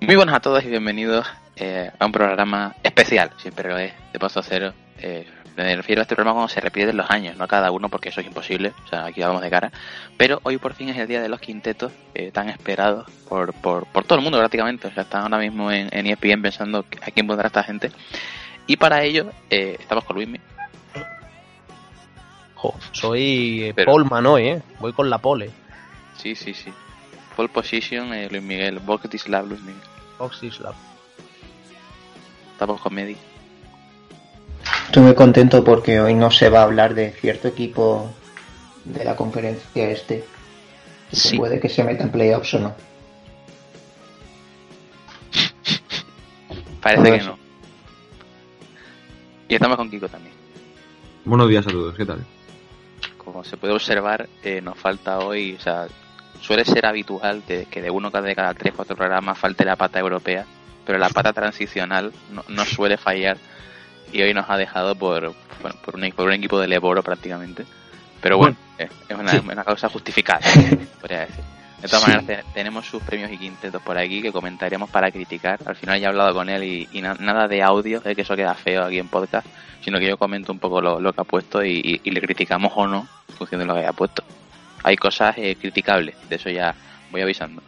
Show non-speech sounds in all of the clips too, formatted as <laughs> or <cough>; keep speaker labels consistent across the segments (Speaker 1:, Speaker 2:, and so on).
Speaker 1: Muy buenas a todos y bienvenidos eh, a un programa especial, siempre lo es, de Paso Cero. Eh, me refiero a este programa cuando se repiten los años, no a cada uno, porque eso es imposible, o sea, aquí vamos de cara. Pero hoy por fin es el día de los quintetos, eh, tan esperados por, por, por todo el mundo prácticamente. O sea, están ahora mismo en, E en ESPN pensando a quién pondrá esta gente. Y para ello, eh, estamos con Luismi.
Speaker 2: Jo, soy
Speaker 1: Pero-
Speaker 2: Polman hoy, ¿eh? Voy con la pole.
Speaker 1: Sí, sí, sí. Pole position, eh, Luis Miguel, Boxdislav, Luis Miguel.
Speaker 2: Oxislab.
Speaker 1: Estamos con Medi.
Speaker 3: Estoy muy contento porque hoy no se va a hablar de cierto equipo de la conferencia este. Que
Speaker 2: Sí.
Speaker 3: Puede que se meta en playoffs o no.
Speaker 1: Parece que
Speaker 3: Hola.
Speaker 1: no. Y estamos con Kiko también.
Speaker 4: Buenos días a todos, ¿qué tal?
Speaker 1: Como se puede observar, eh, nos falta hoy, o sea, suele ser habitual de- que de uno de cada tres, cuatro programas falte la pata europea, pero la pata transicional no, no suele fallar y hoy nos ha dejado por, bueno, por, un, por un equipo de Leboro prácticamente. Pero bueno, eh, es una, una causa justificada, podría decir. De todas
Speaker 3: Sí.
Speaker 1: maneras, te- tenemos sus premios y quintetos por aquí que comentaremos para criticar. Al final ya he hablado con él y, y na- nada de audio, eh, que eso queda feo aquí en podcast, sino que yo comento un poco lo, lo que ha puesto y, y- y le criticamos o no en función de lo que haya puesto. Hay cosas eh, criticables, de eso ya voy avisando.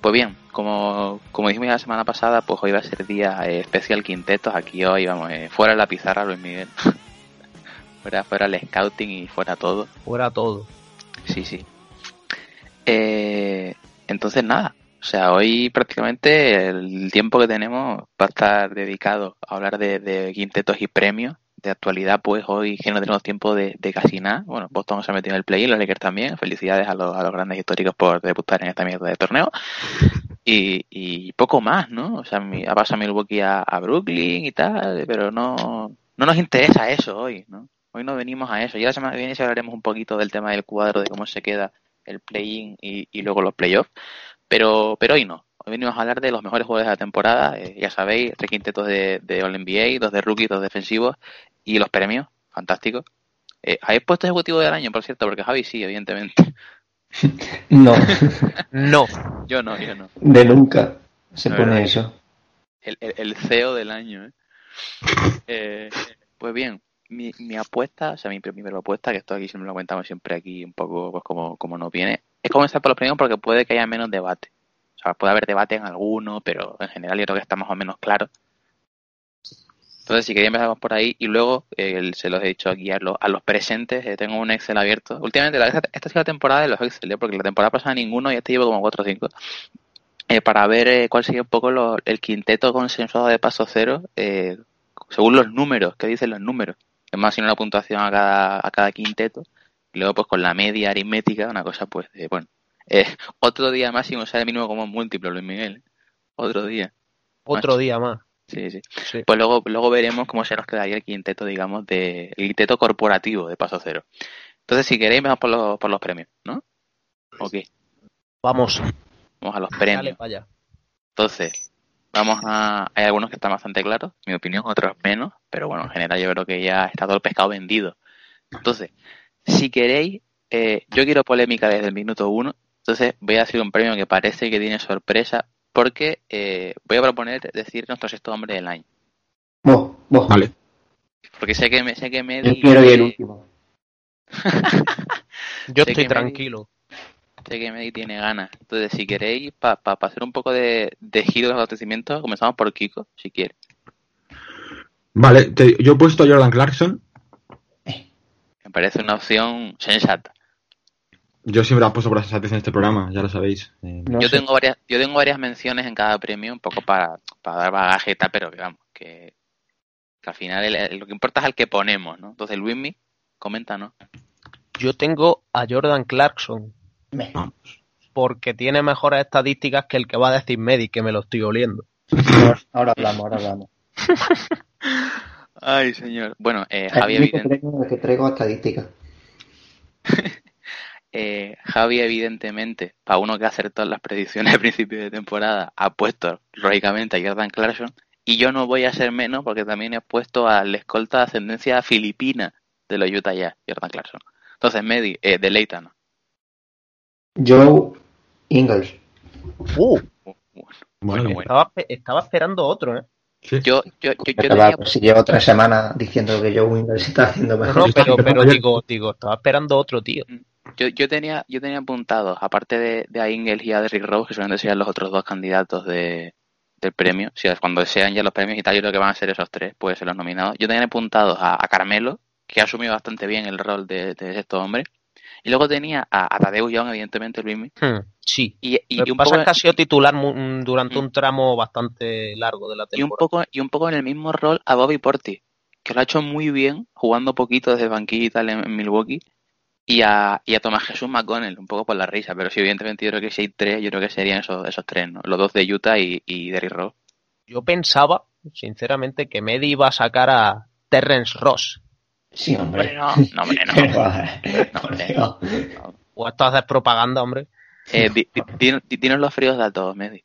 Speaker 1: Pues bien, como, como dijimos ya la semana pasada, pues hoy va a ser día eh, especial quintetos. Aquí hoy vamos, eh, fuera la pizarra, Luis Miguel. <laughs> fuera, fuera el scouting y fuera todo.
Speaker 2: Fuera todo.
Speaker 1: Sí, sí. Eh, entonces, nada. O sea, hoy prácticamente el tiempo que tenemos va a estar dedicado a hablar de, de quintetos y premios. De actualidad, pues hoy que no tenemos tiempo de, de casi nada. Bueno, Boston se ha metido en el play-in, los Lakers también. Felicidades a los, a los grandes históricos por debutar en esta mierda de torneo. Y, y poco más, ¿no? O sea, mi- ha pasado Milwaukee a, a Brooklyn y tal, pero no, no nos interesa eso hoy, ¿no? Hoy no venimos a eso. Ya la semana que viene sí hablaremos un poquito del tema del cuadro, de cómo se queda el play-in y, y luego los playoffs. Pero, pero hoy no. Hoy venimos a hablar de los mejores jugadores de la temporada. Eh, ya sabéis, tres quintetos de, de All-NBA, dos de rookies, dos defensivos y los premios. Fantástico. Eh, ¿Habéis puesto ejecutivo del año, por cierto? Porque Javi sí, evidentemente.
Speaker 3: No,
Speaker 2: No.
Speaker 1: Yo no, yo no.
Speaker 3: de nunca se
Speaker 1: La
Speaker 3: pone
Speaker 1: verdad.
Speaker 3: eso.
Speaker 1: El, el, el CEO del año, ¿eh? Eh, Pues bien, mi, mi apuesta, o sea, mi primera propuesta, que esto aquí siempre lo comentamos siempre aquí un poco pues como, como nos viene, es comenzar por los premios porque puede que haya menos debate. O sea, puede haber debate en alguno, pero en general yo creo que está más o menos claro. Entonces, si queréis empezamos por ahí y luego eh, el- se los he dicho aquí a, los- a los presentes, eh, tengo un Excel abierto. Últimamente, la, esta, esta ha sido la temporada de los Excel, ¿eh? porque la temporada pasada ninguno y este llevo como 4 o 5 eh, para ver eh, cuál sería un poco lo- el quinteto consensuado de paso cero eh, según los números, que dicen los números. Es más, sino una puntuación a cada, a cada quinteto. Y luego, pues con la media aritmética, una cosa, pues, eh, bueno. Eh, <laughs> otro día más sin usar el mínimo como múltiplo, Luis Miguel. Otro día.
Speaker 2: Otro día más.
Speaker 1: Sí, sí.
Speaker 2: Sí.
Speaker 1: Pues luego, luego veremos cómo se nos quedaría el quinteto, digamos, de, el quinteto corporativo de paso cero. Entonces, si queréis, vamos por los, por los premios, ¿no? Ok,
Speaker 2: Vamos.
Speaker 1: vamos a los
Speaker 2: Dale
Speaker 1: premios.
Speaker 2: para allá.
Speaker 1: Entonces, vamos a. Hay algunos que están bastante claros, en mi opinión, otros menos, pero bueno, en general yo creo que ya está todo el pescado vendido. Entonces, si queréis, eh, yo quiero polémica desde el minuto uno, entonces voy a decir un premio que parece que tiene sorpresa, porque eh, voy a proponer decir nuestro sexto hombre del año.
Speaker 3: Vos, vos.
Speaker 4: Vale.
Speaker 1: Porque sé que me, sé que Medi,
Speaker 3: Yo quiero ir el
Speaker 1: sé
Speaker 3: último.
Speaker 2: Yo
Speaker 1: Sí,
Speaker 2: estoy
Speaker 1: que me-
Speaker 2: tranquilo.
Speaker 1: que Medi tiene ganas. Entonces, si queréis, para hacer un poco de, de giro de los acontecimientos, comenzamos por Kiko, si quiere.
Speaker 4: Vale, te- yo he puesto a Jordan Clarkson,
Speaker 1: Me parece una opción sensata.
Speaker 4: yo siempre apuesto por las sensatez en este programa, ya lo sabéis. Eh,
Speaker 3: No
Speaker 1: yo
Speaker 3: sé.
Speaker 1: tengo varias yo tengo varias menciones en cada premio un poco para, para dar bagaje y tal pero que vamos que, que al final el- el- lo que importa es al que ponemos no entonces Luismi coméntanos
Speaker 2: Yo tengo a Jordan Clarkson
Speaker 3: Me-
Speaker 4: vamos.
Speaker 2: porque tiene mejores estadísticas que el que va a decir Medi, que me lo estoy oliendo.
Speaker 3: no, ahora hablamos,
Speaker 1: <laughs>
Speaker 3: ahora hablamos.
Speaker 1: ay señor bueno eh, Javi
Speaker 3: El único
Speaker 1: evidente-
Speaker 3: premio en el que traigo estadísticas.
Speaker 1: eh, Javi, evidentemente para uno que acertó las predicciones al principio de temporada ha puesto lógicamente a Jordan Clarkson y yo no voy a ser menos porque también he puesto al escolta de ascendencia filipina de los Utah Jazz Jordan Clarkson entonces Medi eh, deleítanos
Speaker 3: Joe Ingles.
Speaker 2: ¡Uh!
Speaker 1: Bueno,
Speaker 4: Bueno, bien.
Speaker 1: bueno.
Speaker 2: Estaba, espe- estaba esperando otro, ¿eh?
Speaker 4: Sí.
Speaker 1: Yo, yo, yo, yo
Speaker 3: Pero
Speaker 1: tenía-
Speaker 3: va, pues, si llevo tres semanas diciendo que Joe Windows está haciendo
Speaker 2: No,
Speaker 3: mejor.
Speaker 2: no,
Speaker 4: Yo estaba
Speaker 2: pero, pero
Speaker 4: esperando ayer.
Speaker 2: digo, digo, estaba esperando otro, tío.
Speaker 1: Yo, yo tenía yo tenía apuntados, aparte de, de a Ingels y a Derrick Rose, que solamente serían los otros dos candidatos de, del premio, o sea, cuando sean ya los premios y tal, yo creo que van a ser esos tres, puede ser los nominados. Yo tenía apuntados a, a Carmelo, que ha asumido bastante bien el rol de, de estos hombres, y luego tenía a, a Tadeu Young, evidentemente, Luismi,
Speaker 2: Hmm, sí.
Speaker 1: y, y,
Speaker 2: Lo
Speaker 1: y
Speaker 2: que
Speaker 1: un
Speaker 2: pasa
Speaker 1: poco,
Speaker 2: es que ha sido titular mu- mm, durante
Speaker 1: Mm.
Speaker 2: un tramo bastante largo de la
Speaker 1: y, un
Speaker 2: temporada.
Speaker 1: poco, y un poco en el mismo rol a Bobby Portis, que lo ha hecho muy bien, jugando poquito desde el banquillo y tal en, en Milwaukee, y a, y a Tomás Jesús McConnell, un poco por la risa, pero sí, evidentemente yo creo que si hay tres, yo creo que serían esos, esos tres, ¿no? Los dos de Utah y, y Derrick Rose.
Speaker 2: Yo pensaba, sinceramente, que Medi iba a sacar a Terrence Ross.
Speaker 3: Sí, hombre.
Speaker 1: no, no, hombre, <laughs>
Speaker 3: <laughs> Pero,
Speaker 1: no.
Speaker 3: a ver, por Dios.
Speaker 2: O esto haces propaganda, hombre.
Speaker 1: Eh, di- di- di- di- dinos los fríos datos, Medi.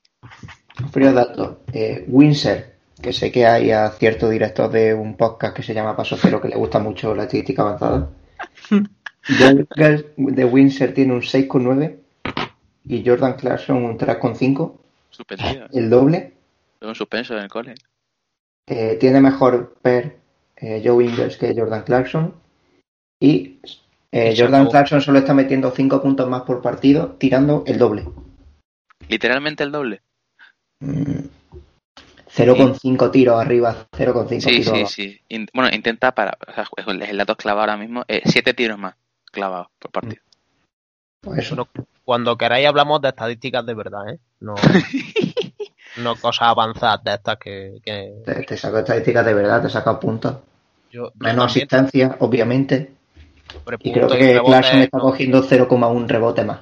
Speaker 3: Frío dato. Eh, Windsor, que sé que hay a cierto director de un podcast que se llama Paso Cero que le gusta mucho la
Speaker 1: <laughs>
Speaker 3: estadística avanzada. Joel de Windsor tiene un 6,9 y Jordan Clarkson un 3,5,
Speaker 1: Suspendido,
Speaker 3: el doble.
Speaker 1: un suspenso en el cole.
Speaker 3: Eh, tiene mejor per eh, Joe Ingles que Jordan Clarkson. Y eh,
Speaker 2: Y se
Speaker 3: Jordan
Speaker 2: acabó.
Speaker 3: Clarkson solo está metiendo 5 puntos más por partido, tirando el doble.
Speaker 1: Literalmente el doble.
Speaker 3: Mm. 0,5 tiros arriba, 0,5
Speaker 1: Sí,
Speaker 3: tiros
Speaker 1: sí,
Speaker 3: abajo.
Speaker 1: sí. In- bueno, intenta para. O sea, es el- es el dato clavado ahora mismo. eh, siete tiros más clavados por partido.
Speaker 3: Pues eso.
Speaker 2: No, cuando queráis hablamos de estadísticas de verdad, ¿eh? No, no cosas avanzadas de estas que... que
Speaker 3: Te, te saca estadísticas de verdad, te saca puntos.
Speaker 2: yo, yo también,
Speaker 3: Menos asistencia, obviamente.
Speaker 2: sobre
Speaker 3: Y creo
Speaker 2: puntos y
Speaker 3: que
Speaker 2: rebotes,
Speaker 3: Clarkson está
Speaker 2: no.
Speaker 3: cogiendo 0,1 rebote más.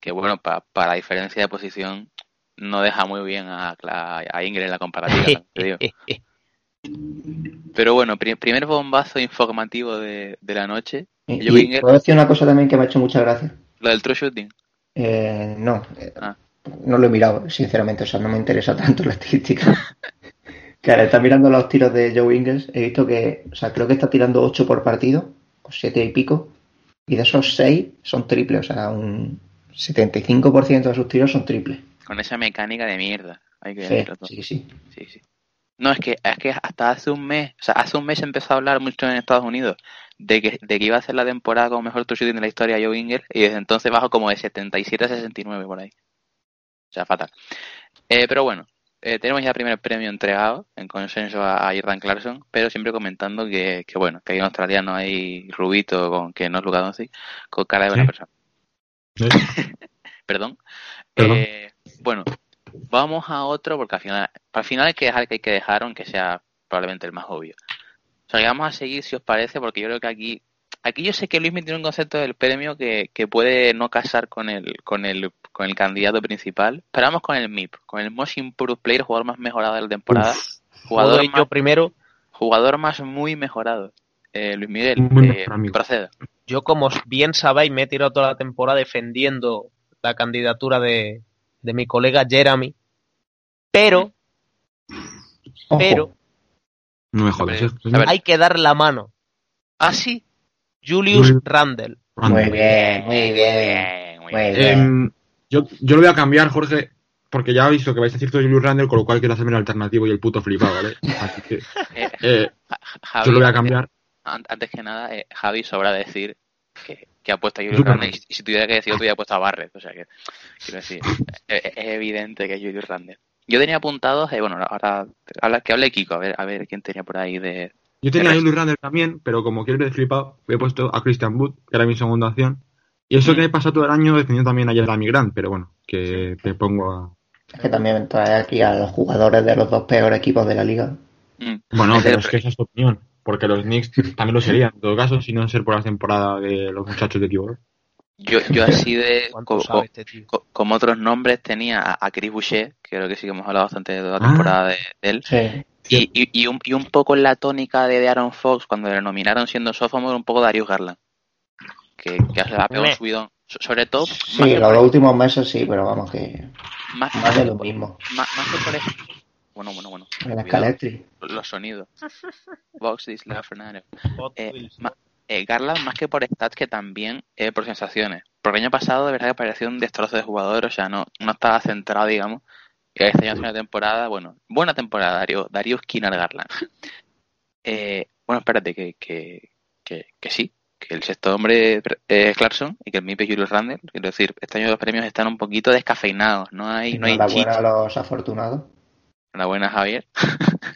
Speaker 1: Que bueno, pa- para diferencia de posición, no deja muy bien a, Cla- a Ingrid en la
Speaker 2: <laughs>
Speaker 1: comparativa.
Speaker 3: <laughs>
Speaker 1: también te digo. Pero bueno, pri- primer bombazo informativo de, de la noche,
Speaker 3: Y,
Speaker 1: Joe
Speaker 3: y
Speaker 1: Ingles-
Speaker 3: puedo decir una cosa también que me ha hecho mucha gracia.
Speaker 1: lo del true shooting.
Speaker 3: Eh, no, eh,
Speaker 1: Ah.
Speaker 3: no lo he mirado, sinceramente, o sea, no me interesa <laughs> tanto la estadística. <laughs> que ahora está mirando los tiros de Joe Ingles, he visto que, o sea, creo que está tirando 8 por partido, o 7 y pico, y de esos 6 son triples, o sea, un 75% de sus tiros son triples.
Speaker 1: Con esa mecánica de mierda. Hay que
Speaker 3: Sí,
Speaker 1: decirlo todo.
Speaker 3: sí, sí.
Speaker 1: Sí, sí. No, es que, es que hasta hace un mes, o sea, hace un mes se empezó a hablar mucho en Estados Unidos de que, de que iba a ser la temporada con mejor true shooting de la historia de Joe Ingles y desde entonces bajó como de 77 a 69 por ahí. O sea, fatal. Eh, pero bueno, eh, tenemos ya el primer premio entregado en consenso a, a Jordan Clarkson, pero siempre comentando que, que bueno, que hay un australiano ahí rubito con que no es Luka Doncic, con cara de buena
Speaker 4: Sí.
Speaker 1: persona
Speaker 4: ¿Eh?
Speaker 1: <laughs> perdón.
Speaker 4: Perdón.
Speaker 1: Eh, bueno, vamos a otro porque al final, al final hay que dejar que hay que dejar aunque sea probablemente el más obvio. O sea, que vamos a seguir si os parece porque yo creo que aquí, aquí yo sé que Luis me tiene un concepto del premio que, que puede no casar con el, con el, con el candidato principal, pero vamos con el MIP, con el Most Improved Player, jugador más mejorado de la temporada,
Speaker 2: ¿Puedo
Speaker 1: jugador
Speaker 2: ir
Speaker 1: más,
Speaker 2: yo primero?
Speaker 1: jugador más muy mejorado. Eh, Luis Miguel,
Speaker 4: Muy
Speaker 1: eh,
Speaker 4: mejor amigo.
Speaker 1: proceda.
Speaker 2: Yo, como bien sabéis, me he tirado toda la temporada defendiendo la candidatura de, de mi colega Jeremy. Pero,
Speaker 3: Ojo,
Speaker 2: pero,
Speaker 4: No me jodas.
Speaker 1: Hombre,
Speaker 4: ¿eh?
Speaker 1: a ver.
Speaker 2: hay que dar la mano.
Speaker 1: Ah, sí.
Speaker 2: Julius
Speaker 4: Muy-
Speaker 2: Randle.
Speaker 4: Anda.
Speaker 3: muy bien, muy bien.
Speaker 1: muy
Speaker 3: Muy
Speaker 1: bien.
Speaker 3: bien.
Speaker 4: Em, yo, yo lo voy a cambiar, Jorge, porque ya he visto que vais a decir todo Julius Randle, con lo cual quiero hacerme el alternativo y el puto flipado, ¿vale? Así que
Speaker 1: <laughs> Eh,
Speaker 4: eh,
Speaker 1: Javi,
Speaker 4: yo lo voy a
Speaker 1: eh,
Speaker 4: cambiar.
Speaker 1: An- Antes que nada, eh, Javi sobra decir que, que ha puesto a Julius
Speaker 4: Lucas
Speaker 1: Randle. Y, si tuviera que decir otro, hubiera puesto a Barrett. O sea que, quiero decir, eh, eh, es, evidente que es Julius Randle. Yo tenía apuntados, eh, bueno, ahora habla, que hable Kiko, a ver, a ver quién tenía por ahí de.
Speaker 4: Yo tenía a
Speaker 1: pero-
Speaker 4: Julius Randle también, pero como quiero ir de flipado, he puesto a Christian Wood, que era mi segunda opción. Y eso
Speaker 1: Mm.
Speaker 4: que he pasado todo el año defendiendo también ayer a mi gran, pero bueno, que te pongo a.
Speaker 3: Es que también trae aquí a los jugadores de los dos peores equipos de la liga.
Speaker 1: Mm,
Speaker 4: Bueno,
Speaker 1: Ese
Speaker 4: pero
Speaker 1: es
Speaker 4: es que esa es tu opinión. Porque los Knicks también lo serían, en todo caso, si no ser por la temporada de los muchachos de Kibor.
Speaker 1: Yo, yo así de.
Speaker 2: <laughs>
Speaker 1: co-
Speaker 2: ¿Cuánto
Speaker 1: co- co-
Speaker 2: sabe
Speaker 1: Como,
Speaker 2: este tío?
Speaker 1: otros nombres tenía a, a Chris Boucher, que creo que sí que hemos hablado bastante de toda la
Speaker 4: Ah.
Speaker 1: temporada de, de él.
Speaker 3: Sí.
Speaker 1: Y, y, y un, y un poco en la tónica de, de Aaron Fox, cuando le nominaron siendo sophomore, un poco Darius Garland. Que, que ha pegado un
Speaker 2: Meh.
Speaker 1: subidón. So- Sobre todo,
Speaker 3: Sí,
Speaker 1: más que
Speaker 3: los
Speaker 1: por-
Speaker 3: últimos meses sí, pero vamos que
Speaker 1: más,
Speaker 3: más de lo
Speaker 1: por-
Speaker 3: mismo.
Speaker 1: más- más que por eso. Bueno, bueno, bueno.
Speaker 3: En la
Speaker 1: Cuidado,
Speaker 3: Caletri.
Speaker 1: los sonidos. Box this love, Fernando.
Speaker 2: Hot
Speaker 1: Eh,
Speaker 2: Wheels.
Speaker 1: ma- eh, Garland, más que por stats, que también eh, por sensaciones. Porque el año pasado, de verdad, que parecía un destrozo de jugador, o sea, no, no estaba centrado, digamos. Y este año hace una temporada, bueno, buena temporada, Darío, Darío Skinner Garland. <laughs> Eh, bueno, espérate, que, que, que, que sí, que el sexto hombre es Clarkson y que el MIP es Julius Randle. Quiero decir, este año los premios están un poquito descafeinados, no hay, no hay
Speaker 3: Enhorabuena
Speaker 1: chicha.
Speaker 3: a los afortunados.
Speaker 1: Enhorabuena, Javier, <laughs>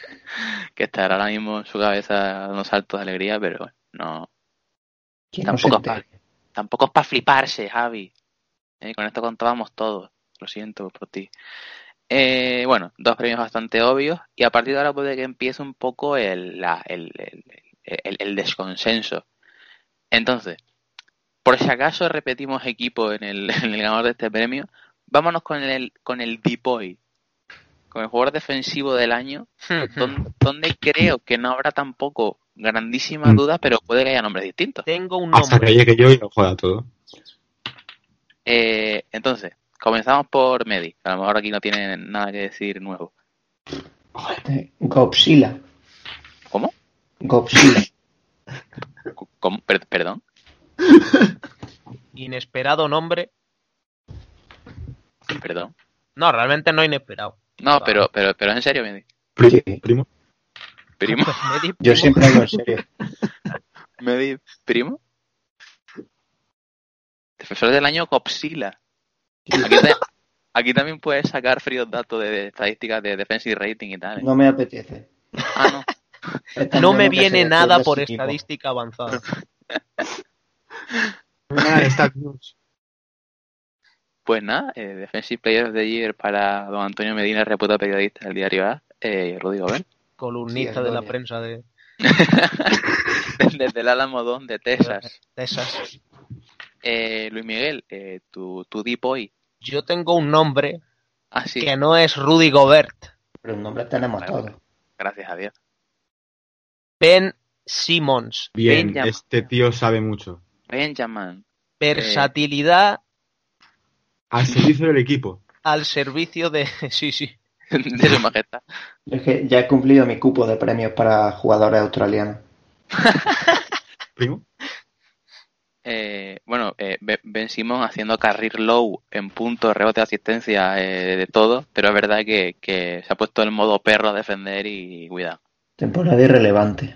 Speaker 1: que estará ahora mismo en su cabeza dando saltos de alegría, pero bueno, no,
Speaker 3: Que
Speaker 1: Tampoco
Speaker 3: no se entere.
Speaker 1: Tampoco es para fliparse, Javi. Eh, Con esto contábamos todos. Lo siento por ti. Eh, bueno, dos premios bastante obvios. Y a partir de ahora puede que empiece un poco el, la- el, el- el- el desconsenso. Entonces, por si acaso repetimos equipo en el, <laughs> en el ganador de este premio, vámonos con el, con el D-Boy. Con el jugador defensivo del año,
Speaker 2: <laughs> Hmm.
Speaker 1: don- donde creo que no habrá tampoco grandísimas
Speaker 4: Mm.
Speaker 1: dudas, pero puede que haya nombres distintos.
Speaker 2: Tengo un
Speaker 4: Hasta que
Speaker 2: nombre.
Speaker 4: llegue yo y lo joda todo.
Speaker 1: Eh, entonces, comenzamos por Medi. A lo mejor aquí no tiene nada que decir nuevo.
Speaker 3: Eh, Godzilla.
Speaker 1: ¿Cómo?
Speaker 3: Godzilla.
Speaker 1: ¿Cómo? Per- perdón.
Speaker 2: Inesperado nombre.
Speaker 1: Perdón.
Speaker 2: No, realmente no inesperado.
Speaker 1: No, pero, pero, pero es en serio, Medi.
Speaker 4: Primo,
Speaker 3: Sí.
Speaker 4: primo.
Speaker 1: <laughs>
Speaker 2: <laughs>
Speaker 1: Primo.
Speaker 2: Medi
Speaker 3: <laughs> <laughs> Yo
Speaker 2: Primo.
Speaker 3: siempre hablo en serio.
Speaker 1: <laughs> Medi, primo. Defensor del año Copsila. Aquí, te- aquí también puedes sacar fríos datos de, de estadísticas de defensive rating y tal. ¿eh?
Speaker 3: <laughs> No me apetece.
Speaker 1: Ah, no.
Speaker 3: Es tan
Speaker 2: No
Speaker 3: bueno
Speaker 2: me
Speaker 3: que
Speaker 2: viene
Speaker 3: se
Speaker 2: nada
Speaker 3: defienda
Speaker 2: por
Speaker 3: ese equipo.
Speaker 2: estadística
Speaker 3: <laughs>
Speaker 2: avanzada.
Speaker 4: Ah, está News.
Speaker 1: Pues nada, eh, Defensive Player of the Year para don Antonio Medina, reputado periodista del diario A, eh, Rodrigo Ver.
Speaker 2: Columnista
Speaker 3: Sí,
Speaker 2: de la
Speaker 3: Antonio.
Speaker 2: prensa de,
Speaker 1: <laughs> Desde el Alamodón de Texas.
Speaker 2: de esas.
Speaker 1: Eh, Luis Miguel, eh, tu, tu deep boy.
Speaker 2: Yo tengo un nombre
Speaker 1: Ah, sí,
Speaker 2: que no es Rudy Gobert.
Speaker 3: Pero un nombre tenemos
Speaker 1: Vale, vale.
Speaker 3: todos.
Speaker 1: gracias a Dios.
Speaker 2: Ben Simmons.
Speaker 4: Bien,
Speaker 1: Benjamin.
Speaker 4: este tío sabe mucho.
Speaker 1: Benjamin.
Speaker 2: Versatilidad
Speaker 4: Al servicio del equipo.
Speaker 2: al servicio de... <laughs> Sí, sí.
Speaker 1: <laughs> de su majestad.
Speaker 3: Es que ya he cumplido mi cupo de premios para jugadores australianos.
Speaker 4: Primo.
Speaker 1: Eh, bueno, eh, Be- Ben Simon haciendo carril low en puntos, rebote, asistencia, eh, de todo, pero es verdad que, que se ha puesto el modo perro a defender y cuidado.
Speaker 3: Temporada irrelevante.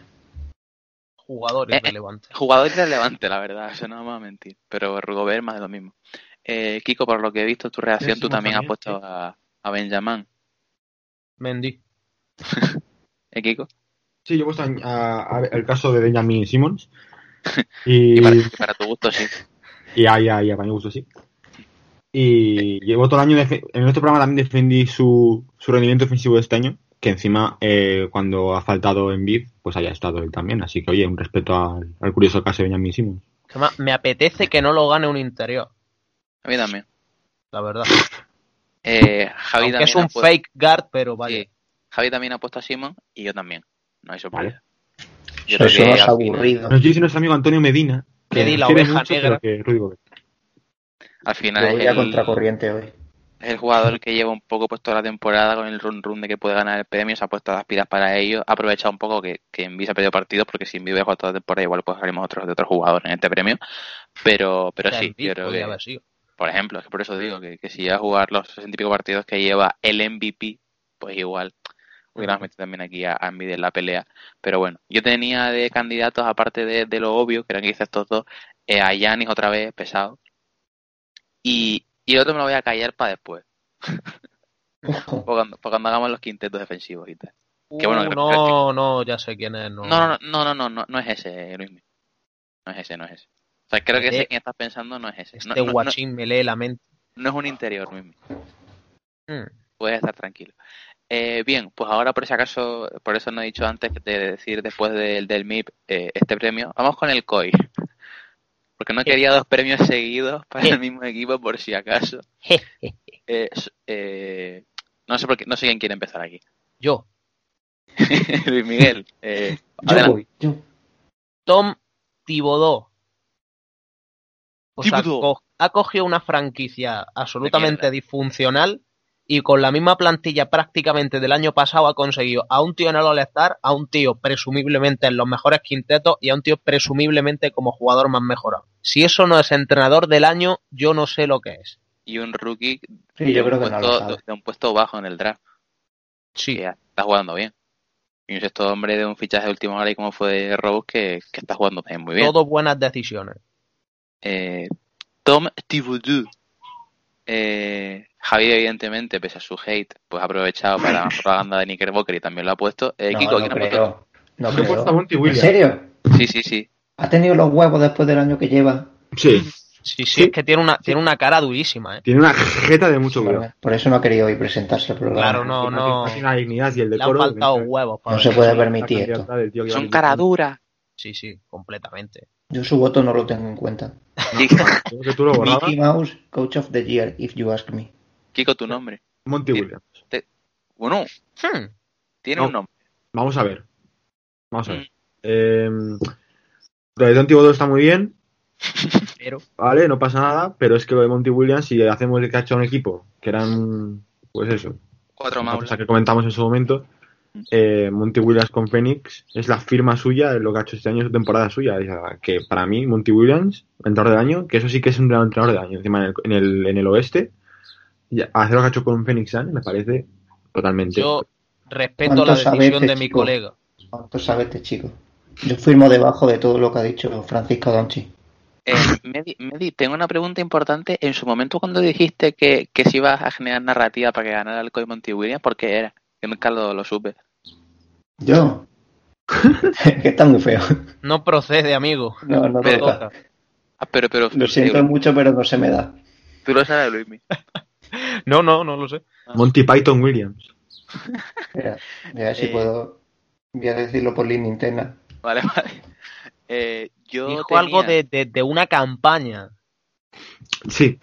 Speaker 2: Jugador
Speaker 1: Eh, eh.
Speaker 2: irrelevante.
Speaker 1: Jugador irrelevante, la verdad, eso no vamos a mentir, pero Rugobert más de lo mismo. Eh, Kiko, por lo que he visto, tu reacción,
Speaker 4: Ben
Speaker 1: tú
Speaker 4: Simmons
Speaker 1: también has
Speaker 4: también,
Speaker 1: puesto a, a Benjamin.
Speaker 2: Mendy.
Speaker 1: ¿Eh, Kiko?
Speaker 4: Sí, yo he puesto a- a- a- el caso de Benjamin Simmons. <laughs> Y,
Speaker 1: Y para, y para tu gusto, sí.
Speaker 4: y ahí, ahí, para mi gusto, sí. Y llevo todo el año. defe- En nuestro programa también defendí su, su rendimiento ofensivo de este año. Que encima, eh, cuando ha faltado en VIP, pues haya estado él también. Así que, oye, un respeto al, al curioso caso de Benjamin Simmons.
Speaker 2: Que más, me apetece que no lo gane un interior,
Speaker 1: A mí también.
Speaker 2: la verdad.
Speaker 1: Eh, Javi
Speaker 2: Aunque
Speaker 1: también
Speaker 2: es un
Speaker 1: ha puesto-
Speaker 2: fake guard, pero vaya.
Speaker 1: Sí. Javi también ha puesto a Simon y yo también. No hay sorpresa. Yo creo
Speaker 3: Sois
Speaker 1: que
Speaker 3: unos
Speaker 1: al final-
Speaker 3: aburridos.
Speaker 4: Nos dice nuestro amigo Antonio Medina. Que
Speaker 2: Medí la
Speaker 4: quiere
Speaker 2: oveja
Speaker 4: mucho,
Speaker 2: negra.
Speaker 4: pero que Rudy Gobert.
Speaker 1: Al final
Speaker 3: Yo
Speaker 1: es
Speaker 3: voy a
Speaker 1: el,
Speaker 3: contracorriente hoy. <laughs>
Speaker 1: es el jugador que lleva un poco pues toda la temporada con el run run de que puede ganar el premio, se ha puesto las pilas para ello, ha aprovechado un poco que, que Envy se ha perdido partidos porque si Envy hubiera jugado toda la temporada igual pues haremos otros de otros jugadores en este premio, pero pero
Speaker 2: Ken
Speaker 1: sí,
Speaker 2: Beat
Speaker 1: yo creo
Speaker 2: podía
Speaker 1: que
Speaker 2: haber sido.
Speaker 1: por ejemplo, es que por eso digo que, que si llega a jugar los 60 y pico partidos que lleva el MVP, pues igual hubiéramos metido también aquí a, a Embiid en la pelea. Pero bueno, yo tenía de candidatos, aparte de, de lo obvio, que eran quizás estos dos, eh, a Yanis otra vez, pesado. Y, y el otro me lo voy a callar para después,
Speaker 3: Ojo.
Speaker 1: para cuando, pa' cuando hagamos los quintetos defensivos y tal. que
Speaker 2: Uh,
Speaker 1: bueno, que-
Speaker 2: no, no, ya sé quién es. No,
Speaker 1: No, no, no, no, no, no, no, no es ese, Luis. No es ese, no es ese. O sea, creo que
Speaker 2: Este-
Speaker 1: ese quien estás pensando no es ese. No,
Speaker 2: Este
Speaker 1: no- no-
Speaker 2: guachín me lee la mente.
Speaker 1: no es un interior, Luis.
Speaker 2: Mm.
Speaker 1: puedes estar tranquilo. Eh, bien, pues ahora por si acaso, por eso no he dicho antes de decir después del, del MIP eh, este premio, vamos con el COI. <laughs> Porque no quería dos premios seguidos para el mismo equipo por si acaso.
Speaker 2: Je, je.
Speaker 1: Eh, s- eh, no sé por qué, no sé quién quiere empezar aquí. <laughs>
Speaker 2: Yo,
Speaker 1: Luis Miguel, eh,
Speaker 3: Yo
Speaker 1: adelante.
Speaker 3: voy, yo.
Speaker 2: Tom Thibodeau. O sea,
Speaker 1: Thibodeau.
Speaker 2: co- ha cogido una franquicia absolutamente
Speaker 1: De
Speaker 2: disfuncional y con la misma plantilla prácticamente del año pasado ha conseguido a un tío en el All-Star, a un tío presumiblemente en los mejores quintetos y a un tío presumiblemente como jugador más mejorado. Si eso no es entrenador del año, yo no sé lo que es.
Speaker 1: Y un rookie
Speaker 3: Sí, yo
Speaker 1: de,
Speaker 3: creo
Speaker 1: un
Speaker 3: que no lo
Speaker 1: puesto,
Speaker 3: sabe.
Speaker 1: de un puesto bajo en el draft.
Speaker 2: Sí,
Speaker 1: que está jugando bien. Y un sexto hombre de un fichaje de última hora y como fue Robos que, que está jugando también muy bien.
Speaker 2: todo buenas decisiones.
Speaker 1: Eh, Tom Thibodeau. Eh, Javier, evidentemente, pese a su hate, pues ha
Speaker 3: <laughs>
Speaker 1: aprovechado para la propaganda de Knickerbocker y también lo ha puesto. Eh,
Speaker 3: No,
Speaker 1: Kiko,
Speaker 3: no
Speaker 1: ¿quién ha puesto?
Speaker 3: creo. No
Speaker 4: Yo he puesto a
Speaker 3: creo.
Speaker 4: Monty
Speaker 3: ¿En
Speaker 4: Williams.
Speaker 3: serio?
Speaker 1: Sí, sí, sí.
Speaker 3: ¿Ha tenido los huevos después del año que lleva?
Speaker 4: Sí.
Speaker 2: Sí, sí, es que tiene una, tiene una cara durísima, ¿eh?
Speaker 4: Tiene una jeta de mucho huevo.
Speaker 3: Bueno, por eso no ha querido hoy presentarse al programa.
Speaker 2: Claro, no,
Speaker 4: Tiene-
Speaker 2: no.
Speaker 4: tiene la dignidad y el
Speaker 2: Le han
Speaker 4: decoro. de
Speaker 2: faltado
Speaker 4: pensar
Speaker 2: huevos. para
Speaker 3: No se
Speaker 2: ver.
Speaker 3: puede
Speaker 4: la
Speaker 3: permitir
Speaker 4: candidata
Speaker 3: esto.
Speaker 4: del tío que va a
Speaker 1: Son
Speaker 4: elegir.
Speaker 1: caraduras.
Speaker 2: Sí, sí, completamente.
Speaker 3: Yo su voto no lo tengo en cuenta.
Speaker 1: Kiko,
Speaker 4: Creo que tú lo borrabas.
Speaker 3: Mickey Mouse, Coach of the Year, if you ask me.
Speaker 1: Kiko, tu nombre.
Speaker 4: Monty Williams.
Speaker 1: Bueno,
Speaker 2: Hmm.
Speaker 1: tiene
Speaker 4: No.
Speaker 1: un nombre.
Speaker 4: Vamos a ver. Vamos a ver.
Speaker 1: Mm.
Speaker 4: Eh, lo de Don Thibodeau está muy bien,
Speaker 2: Pero,
Speaker 4: ¿vale? No pasa nada, pero es que lo de Monty Williams, si hacemos de cacho a un equipo, que eran, pues eso,
Speaker 1: Cuatro
Speaker 4: la
Speaker 1: maulas.
Speaker 4: cosa que comentamos en su momento, eh, Monty Williams con Phoenix es la firma suya, es lo que ha hecho este año, es su temporada suya. Es la que para mí, Monty Williams, entrenador del año, que eso sí que es un gran entrenador del año, encima en el, en el, en el oeste, y hacer lo que ha hecho con Phoenix Sun me parece totalmente.
Speaker 2: yo respeto
Speaker 3: ¿Cuánto
Speaker 2: la
Speaker 3: sabe
Speaker 2: decisión
Speaker 3: este
Speaker 2: de mi
Speaker 3: chico?
Speaker 2: colega.
Speaker 3: ¿Cuánto sabe este chico? Yo firmo debajo de todo lo que ha dicho Francisco Donchi.
Speaker 1: Eh, Medi, Medi, tengo una pregunta importante. En su momento, cuando dijiste que, que si ibas a generar narrativa para que ganara el Coy Monty Williams, ¿por qué era? Que nunca lo, lo supe.
Speaker 3: Yo. <laughs> que está muy feo.
Speaker 2: No procede, amigo.
Speaker 3: No, no
Speaker 1: Pero-
Speaker 3: toca.
Speaker 2: Toca.
Speaker 1: Ah, pero, pero.
Speaker 3: Lo siento
Speaker 1: eh,
Speaker 3: mucho, pero no se me da.
Speaker 1: Tú lo sabes, Luismi.
Speaker 2: No, no, no lo sé.
Speaker 4: Monty Python Williams.
Speaker 3: Espera, voy a ver si
Speaker 1: Eh.
Speaker 3: puedo. Voy a decirlo por línea interna.
Speaker 1: Vale, <laughs> vale. Eh, yo
Speaker 2: Dijo
Speaker 1: tenía-
Speaker 2: algo de, de- de una campaña.
Speaker 4: Sí,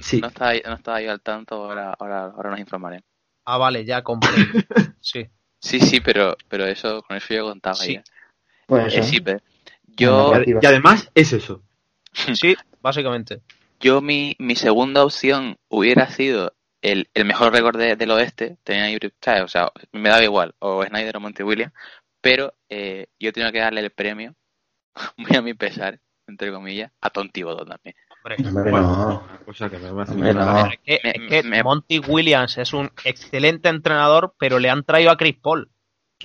Speaker 4: sí.
Speaker 1: No estaba, no estaba yo al tanto, ahora, ahora, ahora nos informaré.
Speaker 2: Ah, vale, ya <laughs> comprendo. Sí.
Speaker 1: Sí, sí, pero, pero eso, con eso yo contaba
Speaker 2: Sí.
Speaker 1: ya.
Speaker 3: Pues
Speaker 1: Eh,
Speaker 3: eso.
Speaker 1: sí, pero yo,
Speaker 3: Vale.
Speaker 4: Y ade- y además es eso.
Speaker 2: Sí, básicamente.
Speaker 1: yo mi, mi segunda opción hubiera sido el, el mejor récord de- del oeste, tenía ahí, ¿sabes? o sea, me daba igual, o Snyder o Monty Williams, pero eh, yo tenía que darle el premio, <laughs> muy a mi pesar, entre comillas, a Tom Thibodeau también.
Speaker 2: Hombre,
Speaker 3: Hombre, no.
Speaker 4: O sea que me ¿eh? va a hacer
Speaker 3: Hombre,
Speaker 4: una-
Speaker 3: no.
Speaker 2: es que,
Speaker 1: Me-
Speaker 2: es que
Speaker 1: me-
Speaker 2: Monty Williams es un excelente entrenador, pero le han traído a Chris Paul.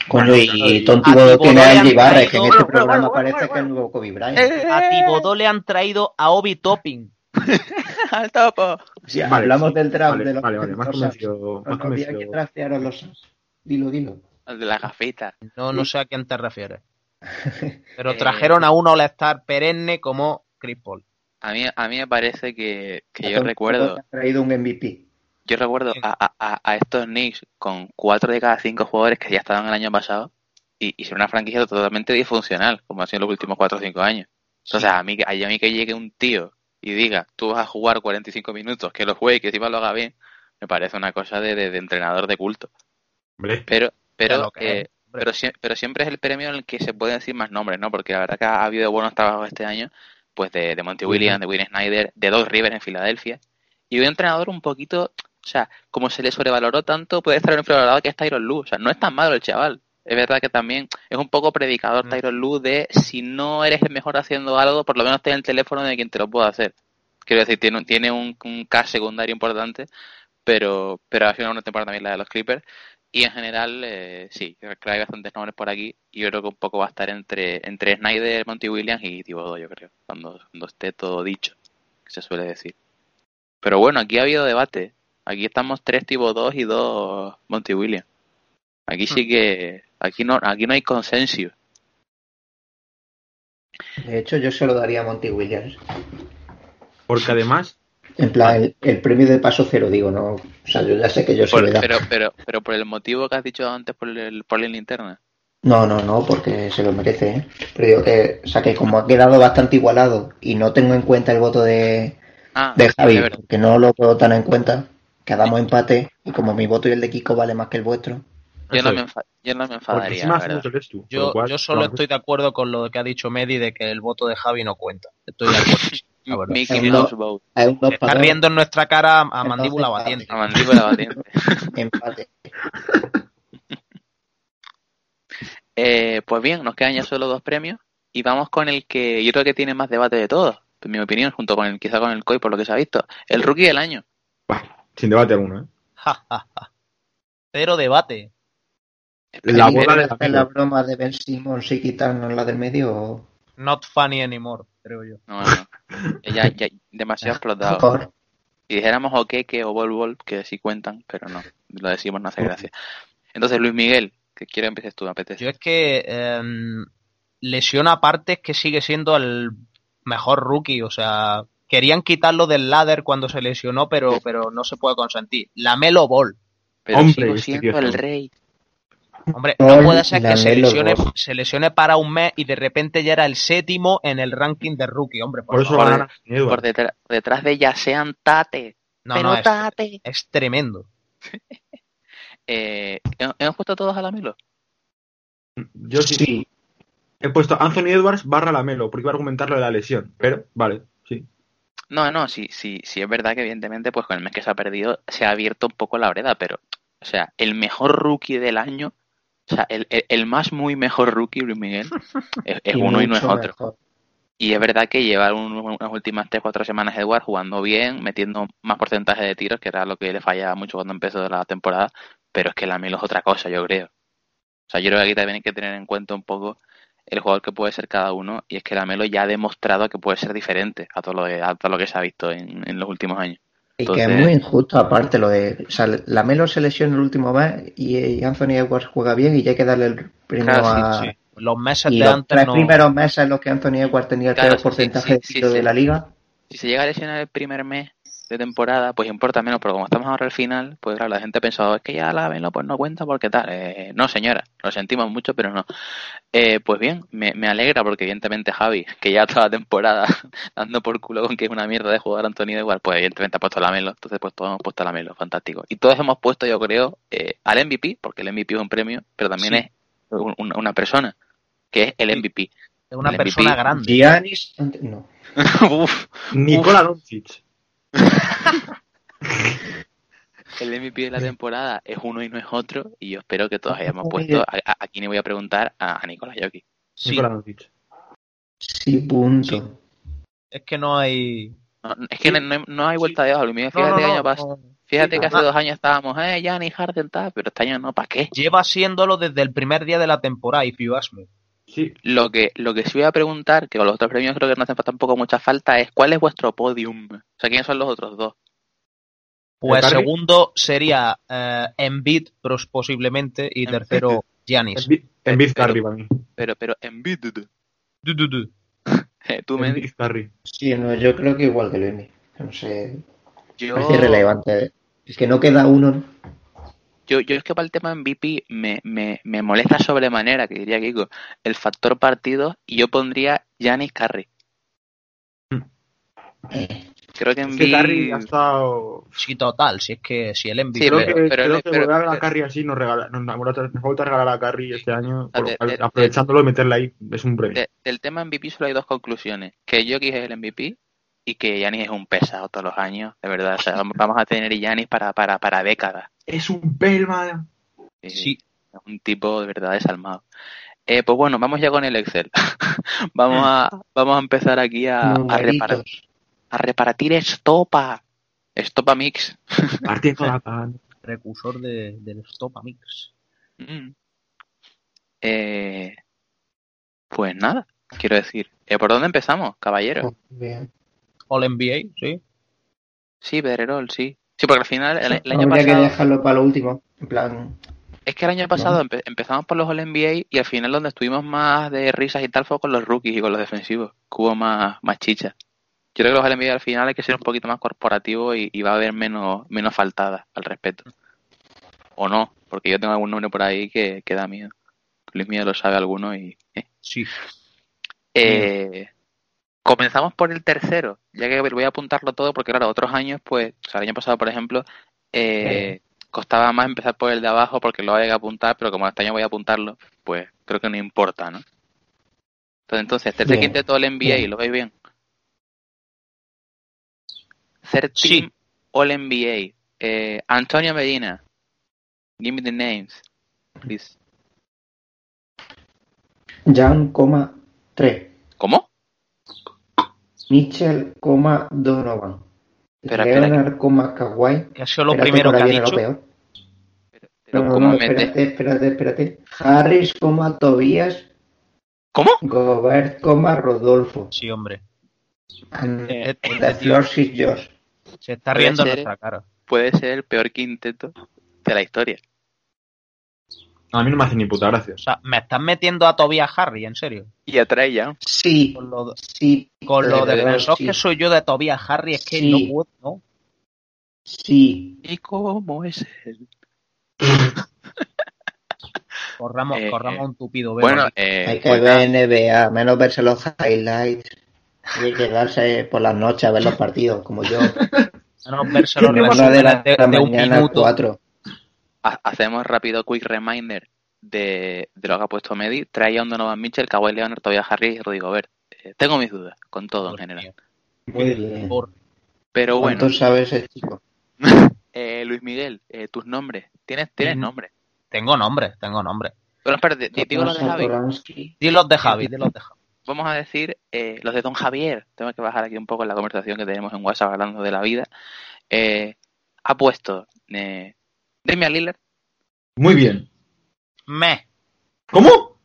Speaker 3: Coño, y tonto
Speaker 2: A
Speaker 3: Bodo
Speaker 2: Thibodeau
Speaker 3: tiene
Speaker 2: le
Speaker 3: a
Speaker 2: han
Speaker 3: Angie Barra, es que
Speaker 2: traído-
Speaker 3: en este programa parece que es el nuevo Kobe Bryant.
Speaker 2: A Thibodeau le han traído a Obi Topping.
Speaker 1: <laughs> ¡Al topo!
Speaker 3: Si
Speaker 4: Vale,
Speaker 3: hablamos
Speaker 4: sí.
Speaker 3: del draft
Speaker 4: Vale,
Speaker 3: de los
Speaker 4: vale, vale, más
Speaker 3: los Suns,
Speaker 4: convencido.
Speaker 3: los
Speaker 4: Más
Speaker 3: días que
Speaker 4: convencido.
Speaker 3: draftearon los Suns. Dilo, dilo.
Speaker 1: El de las gafitas.
Speaker 2: No, no sé a quién te refieres.
Speaker 1: Eh,
Speaker 2: Pero trajeron a un All-Star perenne como Chris Paul.
Speaker 1: A mí, a mí me parece que, que
Speaker 3: A
Speaker 1: yo
Speaker 3: Tom
Speaker 1: recuerdo...
Speaker 3: Thibodeau le han traído un MVP.
Speaker 1: Yo recuerdo
Speaker 2: Sí.
Speaker 1: a, a- a- a estos Knicks con cuatro de cada cinco jugadores que ya estaban el año pasado y, y son una franquicia totalmente disfuncional, como ha sido los últimos cuatro o cinco años. Entonces, a mí, que- a mí que llegue un tío y diga, tú vas a jugar 45 minutos, que lo juegue y que encima lo haga bien, me parece una cosa de, de- de entrenador de culto.
Speaker 4: Hombre,
Speaker 1: Pero,
Speaker 2: Ya
Speaker 1: pero,
Speaker 2: lo que es,
Speaker 1: eh, pero, sie- pero siempre es el premio en el que se pueden decir más nombres, ¿no? Porque la verdad que ha habido buenos trabajos este año, pues de, de Monty
Speaker 4: Ujú.
Speaker 1: Williams, de Win Snyder, de Doug Rivers en Filadelfia. Y un entrenador un poquito, o sea, como se le sobrevaloró tanto, puede estar infravalorado que es Tyron Lue. O sea, no es tan malo el chaval. Es verdad que también es un poco predicador
Speaker 2: Mm.
Speaker 1: Tyron Lue de si no eres el mejor haciendo algo, por lo menos ten el teléfono de quien te lo pueda hacer. Quiero decir, tiene, un- tiene un, un K secundario importante, pero, pero ha sido una temporada también la de los Clippers. Y en general, eh, sí, creo que hay bastantes nombres por aquí. Y yo creo que un poco va a estar entre, entre Snyder, Monty Williams y Thibodeau, yo creo, cuando, cuando esté todo dicho, que se suele decir. Pero bueno, aquí ha habido debate. Aquí estamos tres Thibodeau y dos Monty Williams. Aquí
Speaker 4: Hmm.
Speaker 1: sí que. Aquí no, aquí no hay consenso.
Speaker 3: De hecho, yo se lo daría a Monty Williams.
Speaker 4: porque además,
Speaker 3: En plan, el, el premio de paso cero, digo, ¿no? O sea, yo ya sé que yo se
Speaker 1: Por-
Speaker 3: lo da.
Speaker 1: pero, pero, pero por el motivo que has dicho antes por, el, por la linterna.
Speaker 3: No, no, no, porque se lo merece, ¿eh? Pero digo que, o sea, que como ha quedado bastante igualado y no tengo en cuenta el voto de,
Speaker 1: Ah,
Speaker 3: de
Speaker 1: sí,
Speaker 3: Javi,
Speaker 1: es verdad.
Speaker 3: que no lo puedo tan en cuenta, quedamos empate y como mi voto y el de Kiko vale más que el vuestro,
Speaker 1: Yo no,
Speaker 4: Eso
Speaker 1: me
Speaker 4: es.
Speaker 1: enfa- yo no me
Speaker 4: porque
Speaker 1: enfadaría,
Speaker 4: encima
Speaker 1: la
Speaker 4: hace
Speaker 1: verdad.
Speaker 4: mucho que eres tú. con
Speaker 2: Yo,
Speaker 4: lo cual,
Speaker 2: yo solo
Speaker 4: no,
Speaker 2: estoy de acuerdo con lo que ha dicho Medi de que el voto de Javi no cuenta. Estoy de acuerdo. la verdad.
Speaker 1: Mickey
Speaker 3: Es lo-
Speaker 1: Mouse Bowl.
Speaker 3: hay un dos
Speaker 2: Está
Speaker 3: para dos,
Speaker 2: riendo en nuestra cara a mandíbula
Speaker 3: Entonces,
Speaker 2: batiente.
Speaker 1: La mandíbula batiente.
Speaker 3: empate.
Speaker 1: Eh, pues bien, nos quedan ya solo dos premios Y vamos con el que yo creo que tiene más debate de todos, en mi opinión, junto con el quizá con el COI, por lo que se ha visto. El rookie del año.
Speaker 4: Bah, sin debate alguno, ¿eh?
Speaker 2: Ja, ja, ja. Cero debate.
Speaker 4: La
Speaker 3: ¿Queréis
Speaker 4: bola de
Speaker 3: hacer la
Speaker 4: la
Speaker 3: broma de Ben Simmons y quitarnos la del medio? o-
Speaker 2: Not funny anymore, creo yo.
Speaker 1: No, no. Eh, Ya, ya, demasiado explotado.
Speaker 2: <laughs>
Speaker 3: Por-
Speaker 1: Si dijéramos Okeke o Bol Bol, que sí cuentan, pero no, lo decimos, no hace gracia. Entonces, Luis Miguel, que quiero empieces tú, me apetece.
Speaker 2: Yo es que em, lesión aparte es que sigue siendo el mejor rookie. O sea, querían quitarlo del ladder cuando se lesionó, pero, pero no se puede consentir. La Melo Ball.
Speaker 1: Pero
Speaker 4: Hombre,
Speaker 1: sigo
Speaker 4: este
Speaker 1: siendo
Speaker 4: tío
Speaker 1: el
Speaker 4: está-
Speaker 1: rey.
Speaker 2: Hombre, no
Speaker 3: Ball,
Speaker 2: puede ser que se
Speaker 3: LaMelo
Speaker 2: lesione,
Speaker 3: Ball.
Speaker 2: se lesione para un mes y de repente ya era el séptimo en el ranking de rookie. Hombre, pues por,
Speaker 4: Por eso
Speaker 2: favor.
Speaker 4: van a ganar sin
Speaker 1: Por
Speaker 4: Edwards.
Speaker 1: detrás, detrás de ya sean Tate.
Speaker 2: No,
Speaker 1: pero
Speaker 2: no, es,
Speaker 1: Tate.
Speaker 2: es tremendo.
Speaker 1: Eh, ¿han- ¿Han puesto todos a la Melo?
Speaker 4: Yo sí,
Speaker 3: Sí,
Speaker 4: He puesto Anthony Edwards barra Lamelo, porque iba a argumentar lo de la lesión. Pero, vale, sí.
Speaker 1: No, no, sí, sí, sí, es verdad que evidentemente, pues con el mes que se ha perdido, se ha abierto un poco la breda, pero, o sea, el mejor rookie del año, o sea, el, el- el más muy mejor rookie, Luis Miguel, es, es
Speaker 3: y
Speaker 1: uno y no es
Speaker 3: mucho
Speaker 1: otro.
Speaker 3: mejor.
Speaker 1: Y es verdad que lleva un- unas últimas 3-4 semanas Edward jugando bien, metiendo más porcentaje de tiros, que era lo que le fallaba mucho cuando empezó la temporada, pero es que la Melo es otra cosa, yo creo. O sea, yo creo que aquí también hay que tener en cuenta un poco el jugador que puede ser cada uno, y es que la Melo ya ha demostrado que puede ser diferente a todo lo, de- a todo lo que se ha visto en, en los últimos años.
Speaker 3: Y que es
Speaker 1: Entonces-
Speaker 3: muy injusto, aparte, lo de. O sea, la Melo se lesiona el último mes y, y Anthony Edwards juega bien y ya hay que darle el premio
Speaker 1: Claro, sí,
Speaker 3: a.
Speaker 2: Sí. Los meses
Speaker 3: Y
Speaker 2: de
Speaker 3: los
Speaker 2: antes
Speaker 3: tres
Speaker 2: no.
Speaker 3: primeros meses en los que Anthony Edwards tenía el
Speaker 1: Claro,
Speaker 3: peor
Speaker 1: sí,
Speaker 3: porcentaje
Speaker 1: sí,
Speaker 3: de
Speaker 1: sí,
Speaker 3: tiro
Speaker 1: sí.
Speaker 3: de la liga,
Speaker 1: Si se llega a lesionar el primer mes de temporada, pues importa menos, pero como estamos ahora al final, pues claro, la gente ha pensado, es que ya la Melo pues no cuenta porque tal. Eh, no, señora, lo sentimos mucho, pero no. Eh, pues bien, me, me alegra porque evidentemente Javi, que ya toda la temporada <laughs> dando por culo con que es una mierda de jugador Antonio igual, pues evidentemente ha puesto la Melo, entonces pues todos hemos puesto la Melo, fantástico. Y todos hemos puesto, yo creo, eh, al MVP, porque el MVP es un premio, pero también
Speaker 2: Sí.
Speaker 1: es un- una- una persona, que es el
Speaker 2: Sí. <laughs>
Speaker 1: MVP.
Speaker 2: Es una
Speaker 1: El MVP.
Speaker 2: persona grande.
Speaker 3: Giannis. Ant- No.
Speaker 1: Uf.
Speaker 4: Nicola Doncic.
Speaker 1: El MVP de la temporada es uno y no es otro, y yo espero que todos hayamos
Speaker 3: Oye.
Speaker 1: puesto. a- a- Aquí le voy a preguntar a, a Nicolás Jokic.
Speaker 2: Sí,
Speaker 4: Nikola Doncic.
Speaker 3: Sí, punto.
Speaker 2: Sí. es que no hay.
Speaker 1: No, no, es que no, no- no hay vuelta de hoja, Luis Miguel.
Speaker 2: No,
Speaker 1: Fíjate,
Speaker 2: no,
Speaker 1: que,
Speaker 2: no,
Speaker 1: año pas-
Speaker 2: no.
Speaker 1: fíjate
Speaker 2: Sí,
Speaker 1: que hace
Speaker 2: además-
Speaker 1: dos años estábamos, eh, Giannis Harden, tal, pero este año no, ¿para qué?
Speaker 2: Lleva haciéndolo desde el primer día de la temporada, if you ask me.
Speaker 4: Sí,
Speaker 1: Lo que, lo que sí voy a preguntar, que con los otros premios creo que no hacen falta tampoco mucha falta, es ¿cuál es vuestro podium? O sea, ¿quiénes son los otros dos?
Speaker 2: Pues
Speaker 4: ¿El Curry?
Speaker 2: segundo sería eh, Embiid, pros- posiblemente, y
Speaker 1: Embiid.
Speaker 2: tercero, Giannis.
Speaker 4: en Envid
Speaker 1: Pero-
Speaker 4: Curry para mí.
Speaker 1: Pero, pero, Embiid,
Speaker 2: Du, du, du.
Speaker 1: eh, tú me
Speaker 4: Envid Curry.
Speaker 3: Sí, no, yo creo que igual que Luis. No sé.
Speaker 1: yo,
Speaker 3: Parece irrelevante. ¿eh? Es que no queda uno. ¿no?
Speaker 1: yo, yo es que para el tema MVP me, me, me molesta sobremanera, que diría Kiko, el factor partido, y yo pondría Giannis Curry. Creo que
Speaker 4: Es que
Speaker 1: Embiid...
Speaker 4: Curry ha estado...
Speaker 2: Sí, total, si es que si el Embiid.
Speaker 1: Sí,
Speaker 4: creo
Speaker 1: pero-
Speaker 4: que,
Speaker 1: pero-
Speaker 4: creo que
Speaker 1: pero-
Speaker 4: volver a la
Speaker 1: pero-
Speaker 4: Curry así nos regala, nos, nos falta- nos falta regalar a Curry este año, por lo
Speaker 1: de-
Speaker 4: cual,
Speaker 1: de- de-
Speaker 4: aprovechándolo y meterla ahí, es un premio.
Speaker 1: de- del tema MVP solo hay dos conclusiones. Que Jokic es el MVP y que Yanis es un pesado todos los años. De verdad, o sea,
Speaker 4: <laughs>
Speaker 1: vamos- vamos a tener Yanis para, para, para décadas.
Speaker 4: Es un pelma.
Speaker 1: Sí,
Speaker 2: Sí,
Speaker 1: es Un tipo de verdad desalmado. Eh, pues bueno, vamos ya con el Excel. <laughs> vamos, a, vamos a empezar aquí a, a, reparar,
Speaker 3: Numeritos.
Speaker 1: a repartir estopa. Estopa mix. eh.
Speaker 4: Partiendo la pan.
Speaker 2: precursor de, del Stop Mix.
Speaker 1: Mm. Eh, pues nada, quiero decir. eh, ¿Por dónde empezamos, caballero?
Speaker 3: Bien.
Speaker 2: All NBA, sí.
Speaker 1: Sí, Pedrerol, sí. Sí, porque al final, el, el año
Speaker 3: Habría
Speaker 1: pasado,
Speaker 3: que dejarlo para lo último. En plan,
Speaker 1: es que el año pasado empe- empezamos por los All-NBA y al final donde estuvimos más de risas y tal fue con los rookies y con los defensivos, que hubo más, más chicha. Yo creo que los All-NBA al final hay que ser un poquito más corporativo y, y va a haber menos, menos faltadas al respecto. O no, porque yo tengo algún nombre por ahí que, que da miedo. Luis Mía lo sabe alguno y... eh.
Speaker 2: Sí.
Speaker 1: Eh, comenzamos por el tercero, ya que voy a apuntarlo todo porque, claro, otros años, pues, o sea, el año pasado, por ejemplo, eh, costaba más empezar por el de abajo porque lo había que apuntar, pero como este año voy a apuntarlo, pues creo que no importa, ¿no? Entonces, entonces tercer
Speaker 3: Bien.
Speaker 1: quinteto del NBA,
Speaker 3: Bien.
Speaker 1: ¿lo veis bien? Third
Speaker 2: Sí.
Speaker 1: Team All NBA. Eh, Antonio Medina. Give me the names, please.
Speaker 3: Jan, coma, Tres.
Speaker 1: ¿Cómo?
Speaker 3: Mitchell, coma, Donovan.
Speaker 1: Espera, espera,
Speaker 3: Leonard, coma, Kawhi.
Speaker 2: Que ha sido lo
Speaker 3: Espérate,
Speaker 2: primero
Speaker 3: por
Speaker 2: que ha
Speaker 3: ahí viene
Speaker 2: dicho.
Speaker 3: Lo peor.
Speaker 1: Pero
Speaker 3: No, no,
Speaker 1: ¿cómo
Speaker 3: no,
Speaker 1: mete?
Speaker 3: espérate, espérate, espérate. Harris, coma, Tobías.
Speaker 1: ¿Cómo?
Speaker 3: Gobert, coma, Rodolfo.
Speaker 2: Sí, hombre.
Speaker 3: And
Speaker 2: Eh,
Speaker 3: the floor is yours.
Speaker 2: Se está
Speaker 1: Puede
Speaker 2: riendo en
Speaker 1: ser,
Speaker 2: nuestra cara.
Speaker 1: Puede ser el peor quinteto de la historia.
Speaker 4: A mí no me hace ni puta gracia.
Speaker 2: O sea, me estás metiendo a Tobias Harry, en serio.
Speaker 1: Y atrae ya.
Speaker 3: Sí,
Speaker 2: Con lo,
Speaker 3: sí.
Speaker 2: con lo
Speaker 3: de verdad,
Speaker 2: defensor
Speaker 3: sí,
Speaker 2: que soy yo de Tobias Harry, es que
Speaker 3: Sí.
Speaker 2: no puedo, ¿no?
Speaker 3: Sí.
Speaker 1: ¿Y cómo es él?
Speaker 2: Corramos,
Speaker 1: Eh,
Speaker 2: corramos un tupido velo
Speaker 1: Bueno,
Speaker 2: aquí.
Speaker 1: eh,
Speaker 3: Hay que
Speaker 1: pues nada.
Speaker 3: ver NBA, menos verse los highlights. Hay que quedarse por las noches a ver los partidos, como yo.
Speaker 2: Menos verse
Speaker 3: <laughs>
Speaker 2: los
Speaker 3: Menos de
Speaker 2: resúmenes
Speaker 3: la,
Speaker 2: de,
Speaker 3: la
Speaker 2: de un
Speaker 3: mañana a
Speaker 2: minuto.
Speaker 3: cuatro.
Speaker 1: Ha- hacemos rápido quick reminder de, de lo que ha puesto Medi. Trae a un Donovan Mitchell, Kawhi Leonard, Tobias Harris y Rodrigo Gobert. Eh, tengo mis dudas con todo en
Speaker 2: Dios
Speaker 1: general.
Speaker 2: mío,
Speaker 3: Muy bien.
Speaker 2: por-
Speaker 1: Pero bueno,
Speaker 3: ¿Cuánto sabe ese chico?
Speaker 1: eh, Luis Miguel, eh, tus nombres. ¿Tienes, tienes
Speaker 2: Mm.
Speaker 1: nombres?
Speaker 2: Tengo nombre, tengo nombre.
Speaker 1: Bueno, espérate, di- digo los de Javi.
Speaker 3: Satoransky.
Speaker 2: Di los de Javi, di los de Javi.
Speaker 1: Vamos a decir eh, los de Don Javier. Tengo que bajar aquí un poco la conversación que tenemos en WhatsApp hablando de la vida. Eh, ha puesto eh, Damian Lillard.
Speaker 4: Muy bien.
Speaker 2: Me.
Speaker 4: ¿Cómo?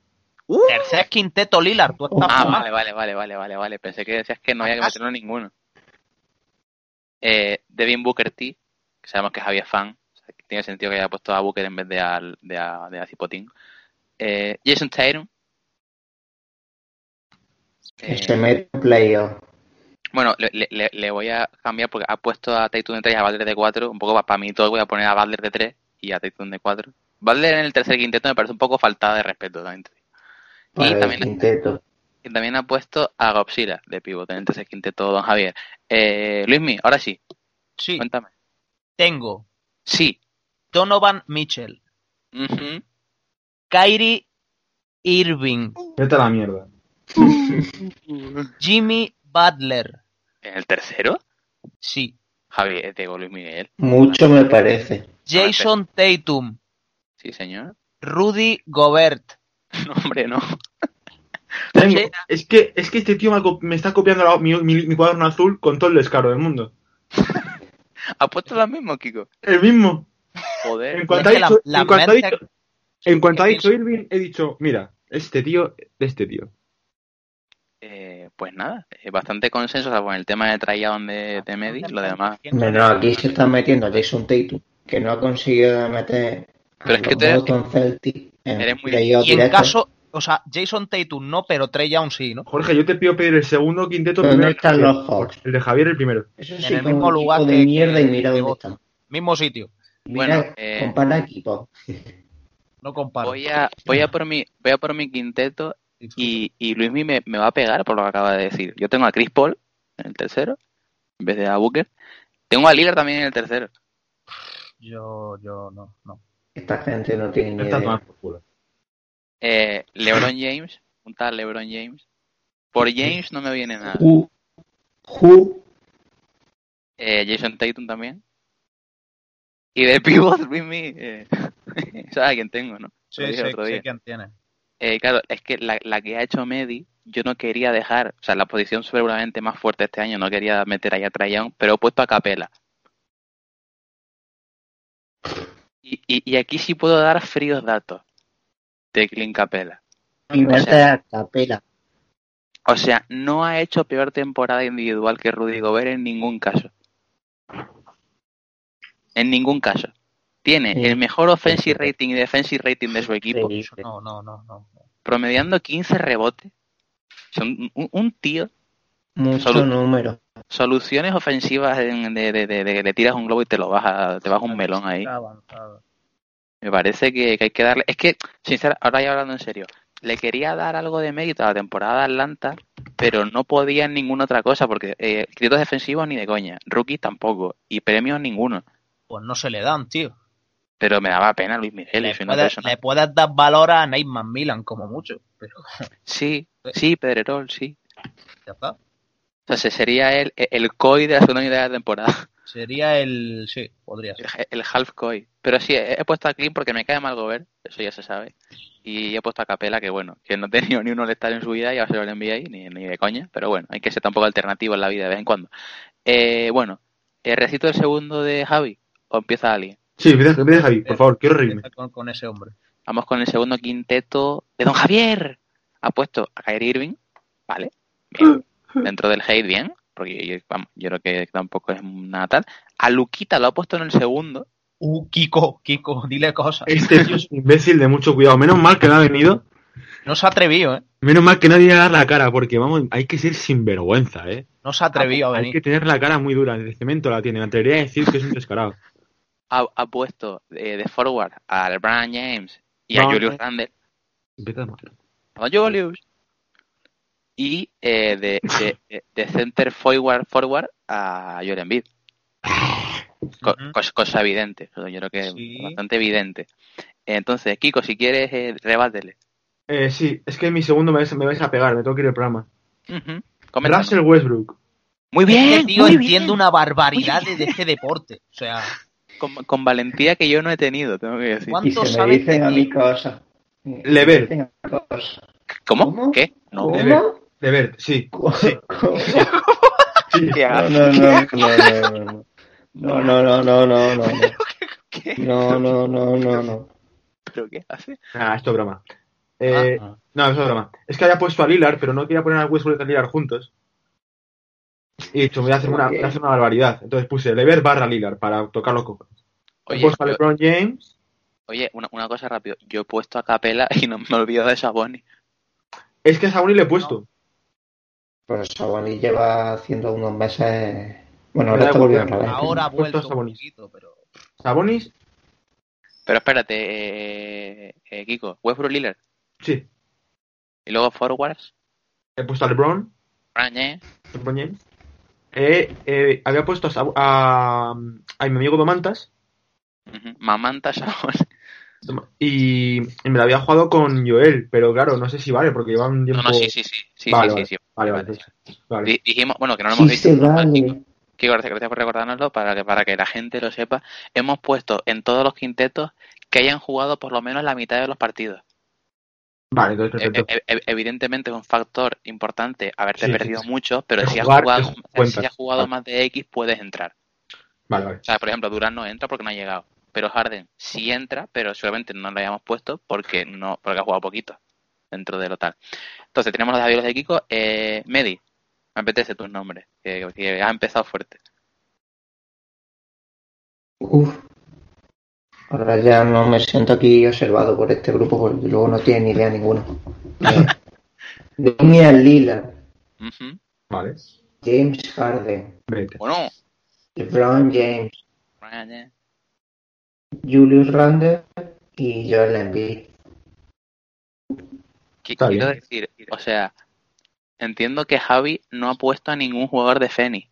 Speaker 2: Tercer quinteto Lilar, tú estás <laughs>
Speaker 1: Ah,
Speaker 2: mal.
Speaker 1: vale, vale, vale, vale, vale, vale. Pensé que decías que no había que meterlo en ninguno. Eh, Devin Booker T, que sabemos que es Javier fan. o sea, que tiene sentido que haya puesto a Booker en vez de, al, de, a, de a Cipotín. Eh, Jason Tatum. Eh,
Speaker 3: Este mero playoff.
Speaker 1: bueno, le, le- le- le voy a cambiar porque ha puesto a Tatum de 3 y a Butler de 4. Un poco para, mí todo voy a poner a Butler de 3 y a Tatum de 4. Butler en el tercer quinteto me parece un poco faltada de respeto. También te digo.
Speaker 3: Para el
Speaker 1: también-
Speaker 3: quinteto.
Speaker 1: Y también ha puesto a Gopsira de pivote, entonces quinteto Don Javier. Eh, Luismi, ahora sí,
Speaker 2: Sí,
Speaker 1: cuéntame.
Speaker 2: tengo
Speaker 1: Sí.
Speaker 2: Donovan Mitchell,
Speaker 1: Ujú.
Speaker 2: Kyrie Irving,
Speaker 4: Vete a la mierda.
Speaker 2: Jimmy Butler.
Speaker 1: ¿En el tercero?
Speaker 2: Sí.
Speaker 1: Javier, digo Luis Miguel.
Speaker 3: Mucho me parece.
Speaker 2: Jason Tatum,
Speaker 1: Sí, señor.
Speaker 2: Rudy Gobert.
Speaker 1: <laughs> No, hombre, no.
Speaker 4: Tengo- es, que, es que este tío me, ha co- me está copiando la- mi, mi- mi cuaderno azul con todo el descaro del mundo.
Speaker 1: ¿Ha puesto lo mismo, Kiko?
Speaker 4: El mismo.
Speaker 1: Joder.
Speaker 4: En cuanto ha
Speaker 2: Es que la-
Speaker 4: dicho,
Speaker 2: la
Speaker 4: en cuanto ha
Speaker 2: mente-
Speaker 4: dicho- en cuanto ha
Speaker 2: es que-
Speaker 4: dicho Irving, he dicho, mira, este tío, este tío.
Speaker 1: Eh, pues nada, eh, bastante consenso salvo en el tema de Traillón Eh, de, de Medi, lo demás.
Speaker 3: Bueno, aquí se está metiendo Jason Tatum, que no ha conseguido meter a
Speaker 1: Pero es que
Speaker 3: los
Speaker 1: tú eres-
Speaker 3: Boston Celtics en
Speaker 1: eres muy-
Speaker 3: playoff
Speaker 2: Y en
Speaker 3: directo.
Speaker 2: caso, o sea, Jason Tatum no, pero Trey Young sí, ¿no?
Speaker 4: Jorge, yo te pido pedir el segundo quinteto
Speaker 3: ¿Dónde
Speaker 4: primero. el de
Speaker 3: están
Speaker 4: Javier.
Speaker 3: los Hawks?
Speaker 4: El de Javier el primero.
Speaker 3: Eso
Speaker 2: En
Speaker 3: sí,
Speaker 2: el
Speaker 3: como
Speaker 2: mismo
Speaker 3: un
Speaker 2: lugar
Speaker 3: equipo
Speaker 2: que-
Speaker 3: de mierda y
Speaker 2: que-
Speaker 3: mira
Speaker 2: que
Speaker 3: dónde
Speaker 2: vos.
Speaker 3: están.
Speaker 2: Mismo sitio.
Speaker 3: Mira,
Speaker 1: Bueno, eh,
Speaker 3: compara equipos.
Speaker 2: No comparo.
Speaker 1: Voy a, voy a por mi, voy a por mi quinteto Y, y Luismi me, me va a pegar por lo que acaba de decir. Yo tengo a Chris Paul en el tercero, en vez de a Booker. Tengo a Lillard también en el tercero.
Speaker 2: Yo, yo no, no.
Speaker 3: Esta gente no tiene ni
Speaker 4: Está
Speaker 3: idea.
Speaker 4: tomando por culo.
Speaker 1: Eh, LeBron James, un tal LeBron James. Por James no me viene nada.
Speaker 3: Who, who,
Speaker 1: Eh, Jason Tatum también. Y de pivot, <laughs> Luismi, eh, <laughs> sabes a quién tengo, ¿no? Lo
Speaker 2: Sí,
Speaker 1: dije
Speaker 2: sí,
Speaker 1: el otro
Speaker 2: sí
Speaker 1: día.
Speaker 2: quién tiene.
Speaker 1: Eh, claro, es que la, la que ha hecho Medi, yo no quería dejar, o sea, la posición seguramente más fuerte este año, no quería meter ahí a Trae Young, pero he puesto a Capela. Y, y, y aquí sí puedo dar fríos datos de Clint Capela.
Speaker 3: y mete a capela.
Speaker 1: O sea, no ha hecho peor temporada individual que Rudy Gobert en ningún caso. En ningún caso. Tiene
Speaker 3: Sí.
Speaker 1: el mejor offensive rating y defensive rating de su equipo.
Speaker 2: Yo No, no, no, no.
Speaker 1: promediando 15 rebotes. Son un, un tío,
Speaker 3: Mucho
Speaker 1: Salud.
Speaker 3: número.
Speaker 1: soluciones ofensivas en- de, de- de- de que le tiras un globo y te lo baja, te baja un melón ahí.
Speaker 2: Está avanzado.
Speaker 1: Me parece que, que hay que darle. Es que, sincera, ahora ya hablando en serio, le quería dar algo de mérito a la temporada de Atlanta, pero no podía en ninguna otra cosa, porque eh, créditos defensivos ni de coña, rookies tampoco, y premios ninguno.
Speaker 2: Pues no se le dan, tío.
Speaker 1: Pero me daba pena Luis Miguel,
Speaker 2: Le
Speaker 1: yo soy una
Speaker 2: puedes,
Speaker 1: persona.
Speaker 2: le puedes dar valor a Neymar Milan como mucho, pero
Speaker 1: Sí, sí, Pedrerol, sí.
Speaker 2: ya está.
Speaker 1: Entonces sería el, el COI de la segunda mitad de la temporada.
Speaker 2: Sería el. Sí, podría
Speaker 1: El,
Speaker 2: ser.
Speaker 1: el half coy. Pero sí, he, he puesto a Clean porque me cae mal Gobert, eso ya se sabe. Y he puesto a Capela, que bueno, que no <laughs> ha tenido ni un all en su vida y ahora se lo envía ahí, ni, ni de coña. Pero bueno, hay que ser tampoco alternativo en la vida de vez en cuando. Eh, bueno, eh, recito el segundo de Javi o empieza alguien.
Speaker 4: Sí, me deja, me deja ahí, por favor, quiero reírme.
Speaker 2: Con, con ese hombre.
Speaker 1: Vamos con el segundo quinteto de Don Javier. Ha puesto a Kyrie Irving, ¿vale? Bien. Dentro del hate, bien. Porque yo, vamos, yo creo que tampoco es nada tal. A Luquita lo ha puesto en el segundo.
Speaker 2: Uh, Kiko, Kiko, dile cosas.
Speaker 4: <laughs> Este tío es un imbécil de mucho cuidado. Menos mal que no ha venido.
Speaker 2: No se ha atrevido, ¿eh?
Speaker 4: Menos mal que nadie ha dado la cara, porque vamos, hay que ser sinvergüenza, ¿eh?
Speaker 2: No se ha atrevido a
Speaker 4: Hay que
Speaker 2: venir.
Speaker 4: tener la cara muy dura. El cemento la tiene. Me atrevería a decir que es un descarado.
Speaker 1: Ha, ha puesto eh, de forward a LeBron James y a
Speaker 4: No,
Speaker 1: Julius
Speaker 4: eh.
Speaker 1: Randle.
Speaker 4: Vete a tomar.
Speaker 1: A Julius. Y eh, de, de- de- de center forward forward a Joel Embiid. Co-
Speaker 2: Ujú.
Speaker 1: cos- cosa evidente. Yo creo que es
Speaker 2: Sí.
Speaker 1: bastante evidente. Entonces, Kiko, si quieres, eh, rebátele.
Speaker 4: Eh, sí, es que mi segundo me vais, me vais a pegar, me tengo que ir al programa.
Speaker 1: Ujú. Coméntanos.
Speaker 4: Russell Westbrook.
Speaker 1: Muy
Speaker 2: Este
Speaker 1: bien,
Speaker 2: tío
Speaker 1: muy
Speaker 2: entiende
Speaker 1: bien.
Speaker 2: una barbaridad de de este deporte. O sea,
Speaker 1: Con, con valentía que yo no he tenido, tengo que decir.
Speaker 2: ¿Cuán-
Speaker 3: Y
Speaker 2: ¿Cuánto
Speaker 3: se me
Speaker 2: sabes
Speaker 3: dicen
Speaker 2: de
Speaker 3: a
Speaker 2: ti?
Speaker 3: mí cosas.
Speaker 4: Lever.
Speaker 3: Me dicen a mí cosas.
Speaker 1: ¿Cómo?
Speaker 3: ¿Cómo?
Speaker 1: ¿Qué? No.
Speaker 3: ¿Cómo?
Speaker 4: Lever. De ver, sí.
Speaker 3: <laughs> ¿Cómo?
Speaker 2: <laughs>
Speaker 1: ¿Qué
Speaker 3: No,
Speaker 1: haces?
Speaker 3: no, no, no, no, no, no, no, no, no, no, no.
Speaker 1: ¿Qué?
Speaker 3: No, no, no, no, no.
Speaker 1: ¿Pero qué hace?
Speaker 4: Ah, esto es broma. Eh,
Speaker 2: ah,
Speaker 4: No, eso es broma. Es que había puesto a Lilar, pero no quería poner a Westbrook y a Lilar juntos. Y he dicho, voy a hacer una, voy a hacer una barbaridad. Entonces puse Lever barra Lilar para tocar los cojones. He
Speaker 1: Oye,
Speaker 4: puesto a
Speaker 1: yo-
Speaker 4: LeBron James.
Speaker 1: oye una, una cosa rápido. Yo he puesto a capela y no me olvido de Saboni.
Speaker 4: Es que a Sabonis le he puesto.
Speaker 3: Pues Sabonis lleva haciendo unos meses. Bueno,
Speaker 4: Me
Speaker 3: ahora
Speaker 4: da
Speaker 3: está volviendo
Speaker 4: igual.
Speaker 3: otra vez.
Speaker 2: ahora ha vuelto
Speaker 4: Está
Speaker 2: un
Speaker 4: bonito.
Speaker 2: poquito, pero.
Speaker 4: Sabonis,
Speaker 1: Pero espérate, eh, eh, Kiko, Westbrook Lillard.
Speaker 4: sí.
Speaker 1: Y luego Forwards,
Speaker 4: He puesto a LeBron,
Speaker 1: Rañez.
Speaker 4: LeBron James. Eh, eh, había puesto a, Sab- a, a mi amigo Domantas.
Speaker 1: ujú, Mamanta <laughs> Saboni.
Speaker 4: Y me la había jugado con Joel, pero claro, no sé si vale, porque lleva un
Speaker 1: No,
Speaker 4: tiempo.
Speaker 1: no, sí, sí, sí. sí,
Speaker 4: Vale,
Speaker 1: sí,
Speaker 4: vale,
Speaker 1: sí, sí.
Speaker 4: Vale, vale. vale.
Speaker 1: Di- Dijimos, bueno, que no lo
Speaker 3: Sí
Speaker 1: hemos
Speaker 3: se
Speaker 1: dicho. ¿no? Kiko,
Speaker 3: vale.
Speaker 1: Kiko, gracias, gracias por recordárnoslo para que, para que la gente lo sepa. Hemos puesto en todos los quintetos que hayan jugado por lo menos la mitad de los partidos.
Speaker 4: Vale, entonces
Speaker 1: E-
Speaker 4: perfecto.
Speaker 1: e- e- evidentemente es un factor importante haberte
Speaker 4: Sí,
Speaker 1: perdido
Speaker 4: sí,
Speaker 1: mucho, pero
Speaker 4: El
Speaker 1: si has
Speaker 4: jugar,
Speaker 1: jugado,
Speaker 4: el cuenta.
Speaker 1: si has jugado
Speaker 4: Vale.
Speaker 1: más de X puedes entrar.
Speaker 4: Vale, vale.
Speaker 1: O sea, por ejemplo, Durán no entra porque no ha llegado, pero Harden sí entra, pero seguramente no lo hayamos puesto porque no porque ha jugado poquito dentro de lo tal. Entonces tenemos los aviones de Kiko, eh, Medi, me apetece tus nombres, que, que has empezado fuerte.
Speaker 3: Uf. Ahora ya no me siento aquí observado por este grupo porque luego no tiene ni idea <laughs> ninguno. Eh, Damian Lillard,
Speaker 1: Ujú.
Speaker 4: Vale.
Speaker 3: James Harden,
Speaker 4: Vete.
Speaker 1: Bueno,
Speaker 3: LeBron James,
Speaker 1: Ryan, eh.
Speaker 3: Julius Randle y Joel Embiid.
Speaker 1: Qui-
Speaker 4: Está
Speaker 1: quiero
Speaker 4: bien.
Speaker 1: decir, o sea, entiendo que Javi no ha puesto a ningún jugador de Feni.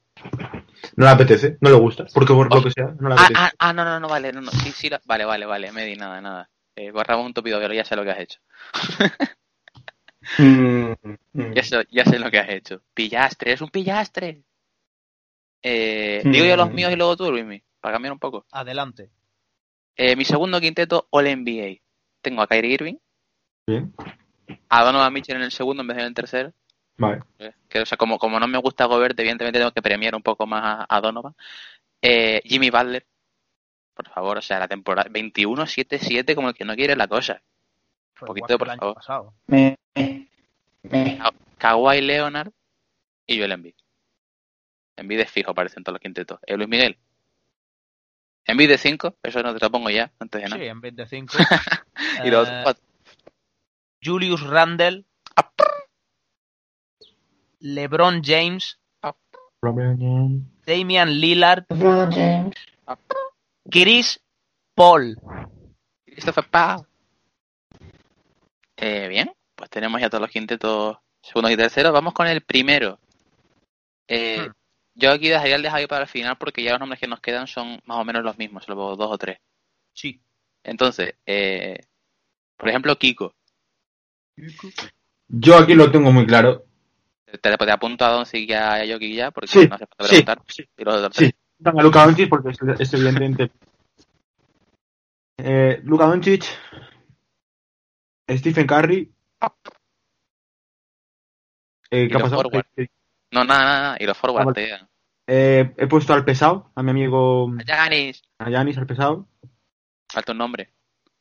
Speaker 4: No le apetece, no le gusta. Porque por lo que sea, no le
Speaker 1: Ah,
Speaker 4: apetece.
Speaker 1: ah, ah, no, no, no, vale, no, no, sí, sí, la- vale, vale, vale, Medi, nada, nada. Eh, borramos un tupido velo, ya sé lo que has hecho.
Speaker 3: Mm, mm.
Speaker 1: Ya sé, ya sé lo que has hecho. Pillastre, es un pillastre. Eh,
Speaker 3: Mm.
Speaker 1: Digo yo los míos y luego tú, Luismi, para cambiar un poco.
Speaker 2: Adelante.
Speaker 1: Eh, mi segundo quinteto, All NBA. Tengo a Kyrie Irving,
Speaker 4: Bien.
Speaker 1: a Donovan Mitchell en el segundo en vez de en el tercero.
Speaker 4: Vale.
Speaker 1: eh, Que, o sea, como, como no me gusta Gobert, evidentemente tengo que premiar un poco más a, a Donovan. Eh, Jimmy Butler, por favor, o sea, la temporada 21-7-7 como el que no quiere la cosa.
Speaker 2: Fue
Speaker 1: Poquito,
Speaker 2: igual que
Speaker 1: por
Speaker 2: el año
Speaker 1: favor.
Speaker 2: pasado.
Speaker 3: Me- me- me-
Speaker 1: Kawhi Leonard y Joel Embiid. Embiid es fijo, parecen todos los quintetos. Eh, Luis Miguel. Embiid de 5, eso no te lo pongo ya, antes de
Speaker 2: Sí,
Speaker 1: nada.
Speaker 2: en vez de 5.
Speaker 1: <laughs> Y los
Speaker 2: eh.
Speaker 1: otros cuatro. Ah,
Speaker 2: Julius Randle. LeBron James.
Speaker 1: ah.
Speaker 2: Damian Lillard.
Speaker 3: LeBron James.
Speaker 2: Chris Paul.
Speaker 1: Christopher Pau. Eh, bien, pues tenemos ya todos los quintetos, segundo y tercero. Vamos con el primero. Eh,
Speaker 2: Hmm.
Speaker 1: Yo aquí dejaría el de Javi para el final porque ya los nombres que nos quedan son más o menos los mismos, solo dos o tres.
Speaker 2: Sí.
Speaker 1: Entonces, eh, por ejemplo, Kiko.
Speaker 4: Yo aquí lo tengo muy claro.
Speaker 1: Te, te apunto a Don y a Yoki ya, porque
Speaker 4: Sí,
Speaker 1: no hace falta
Speaker 4: sí,
Speaker 1: preguntar.
Speaker 4: sí,
Speaker 1: Y los otros
Speaker 4: sí.
Speaker 1: tres.
Speaker 4: a Luka Doncic porque es, es evidentemente. <laughs> Eh, Luka Doncic, Stephen Curry. Eh,
Speaker 1: Y
Speaker 4: ¿Qué ha
Speaker 1: los
Speaker 4: pasado?
Speaker 1: forward. No, nada, nada, nada. Y los forward.
Speaker 4: Ah, Eh, he puesto al pesado, a mi amigo
Speaker 1: Janis.
Speaker 4: a Giannis, al pesado.
Speaker 1: Falta un nombre.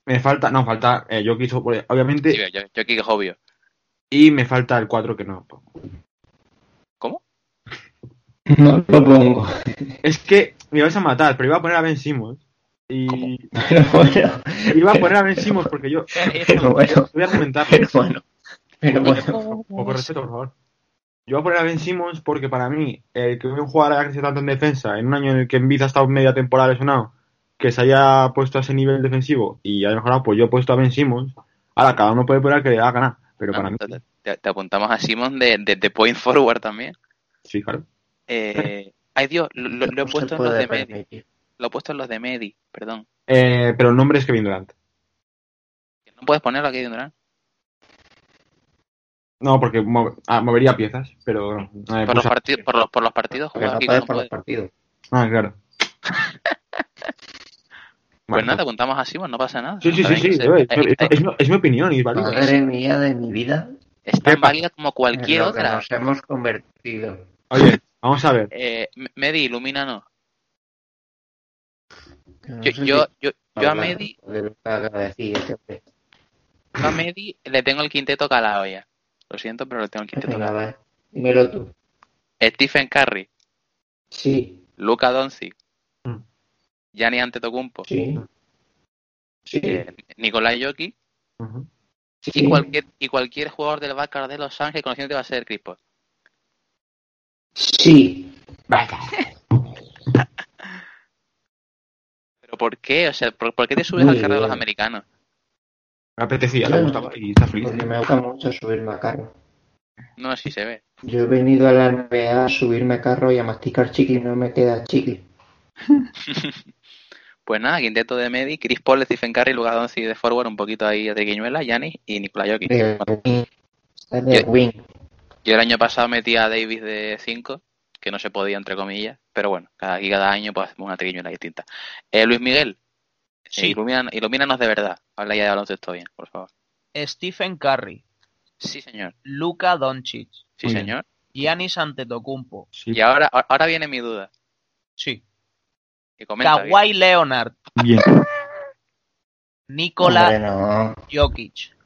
Speaker 4: Me falta, no, falta eh, Jokic, obviamente,
Speaker 1: Sí, yo, yo aquí que es obvio.
Speaker 4: y me falta el 4 que no.
Speaker 1: ¿Cómo?
Speaker 3: No lo pongo. <laughs>
Speaker 4: Es que me ibas a matar, pero iba a poner a Ben Simmons. Y
Speaker 1: ¿Cómo?
Speaker 3: Pero bueno,
Speaker 4: iba a poner a Ben Simmons porque yo
Speaker 2: Eh,
Speaker 3: <laughs> pero bueno,
Speaker 4: voy a comentar
Speaker 3: <laughs> pero bueno. Pero bueno.
Speaker 4: con poco respeto, por favor. Yo voy a poner a Ben Simmons porque para mí, el que un jugador haya crecido tanto en defensa, en un año en el que Embiid ha estado media temporada lesionado, que se haya puesto a ese nivel defensivo y haya mejorado, pues yo he puesto a Ben Simmons. Ahora, cada uno puede poner al que le da ganar, pero para
Speaker 1: Ah,
Speaker 4: mí,
Speaker 1: entonces, te, te apuntamos a Simon de, de, de point forward también.
Speaker 4: sí, claro.
Speaker 1: Eh, ay Dios, lo, lo- lo he
Speaker 3: no se
Speaker 1: puesto en los
Speaker 3: puede
Speaker 1: de Medi.
Speaker 3: permitir.
Speaker 1: Lo he puesto en los de Medi, perdón.
Speaker 4: Eh, pero el nombre es Kevin Durant.
Speaker 1: ¿No puedes ponerlo aquí, Durán?
Speaker 4: No, porque mo- ah, movería piezas, pero no. Eh,
Speaker 1: Por los,
Speaker 4: puse-
Speaker 1: partidos por, los, por los partidos
Speaker 3: Porque
Speaker 1: jugados
Speaker 3: no
Speaker 1: aquí
Speaker 3: puedes
Speaker 1: no
Speaker 3: por
Speaker 1: puedes.
Speaker 3: los partidos.
Speaker 4: Ah,
Speaker 1: <laughs>
Speaker 4: claro.
Speaker 1: Pues
Speaker 4: Bueno,
Speaker 1: nada, apuntamos a Simon, no pasa nada.
Speaker 4: Sí, sí,
Speaker 1: Está
Speaker 4: sí,
Speaker 1: bien
Speaker 4: sí.
Speaker 1: que
Speaker 4: Es,
Speaker 1: se- eh,
Speaker 4: es-
Speaker 1: eh,
Speaker 4: es- es mi opinión y es válida.
Speaker 3: Madre mía de mi vida.
Speaker 1: Es tan
Speaker 4: ¿Qué pasa?
Speaker 1: válida como cualquier
Speaker 3: en lo que
Speaker 1: otra.
Speaker 3: nos hemos convertido.
Speaker 4: Oye, vamos a ver.
Speaker 1: Eh, M- Medi, ilumínanos.
Speaker 3: Que no
Speaker 1: Yo,
Speaker 3: sé
Speaker 1: yo,
Speaker 3: si
Speaker 1: yo, yo a
Speaker 3: hablar
Speaker 1: Medi,
Speaker 3: de lo que acaba de decir este hombre.
Speaker 1: yo
Speaker 3: <laughs>
Speaker 1: a Medi le tengo el quinteto calado ya. Lo siento, pero le tengo el quinteto
Speaker 3: Venga,
Speaker 1: calado.
Speaker 3: va, Dímelo tú.
Speaker 1: Stephen Curry,
Speaker 3: Sí,
Speaker 1: Luca Doncic,
Speaker 4: Mm.
Speaker 1: Gianni Antetokounmpo,
Speaker 3: sí. Sí,
Speaker 1: eh, Nicolai Jokic
Speaker 4: Ujú.
Speaker 3: sí.
Speaker 1: y cualquier y cualquier jugador del Bacar de Los Ángeles conociente va a ser Chris Paul.
Speaker 3: Sí. Vaya.
Speaker 1: ¿Pero por qué? O sea, ¿por, por qué te subes
Speaker 3: Muy
Speaker 1: al carro de los
Speaker 3: bien.
Speaker 1: americanos?
Speaker 4: Me apetecía, le gustaba y está feliz.
Speaker 3: Porque me gusta mucho subirme a carro.
Speaker 1: No, sí se ve.
Speaker 3: Yo he venido a la NBA a subirme a carro y a masticar chiqui. No me queda chiqui.
Speaker 1: Pues nada, quinteto de Medi, Chris Paul, Stephen Curry, Luka Doncic de forward, un poquito ahí de Quiñuela, Giannis y Nicolai Jokic.
Speaker 3: De wing. Está de
Speaker 1: Yo-
Speaker 3: wing.
Speaker 1: Yo el año pasado metí a Davis de 5, que no se podía, entre comillas, pero bueno, cada, aquí cada año pues hacemos una triquiñuela distinta. Eh, Luis Miguel,
Speaker 2: Sí.
Speaker 1: ilumínan- ilumínanos de verdad. Habla ya de baloncesto bien, por favor.
Speaker 2: Stephen Curry,
Speaker 1: Sí, señor.
Speaker 2: Luka Doncic,
Speaker 1: Sí,
Speaker 4: Muy bien.
Speaker 1: señor.
Speaker 2: Giannis Antetokounmpo,
Speaker 4: Sí.
Speaker 1: Y ahora, ahora viene mi duda.
Speaker 2: sí,
Speaker 1: Y comenta, bien.
Speaker 2: Kawhi Leonard,
Speaker 4: Bien.
Speaker 2: Nikola
Speaker 3: Hombre, no.
Speaker 2: Jokic.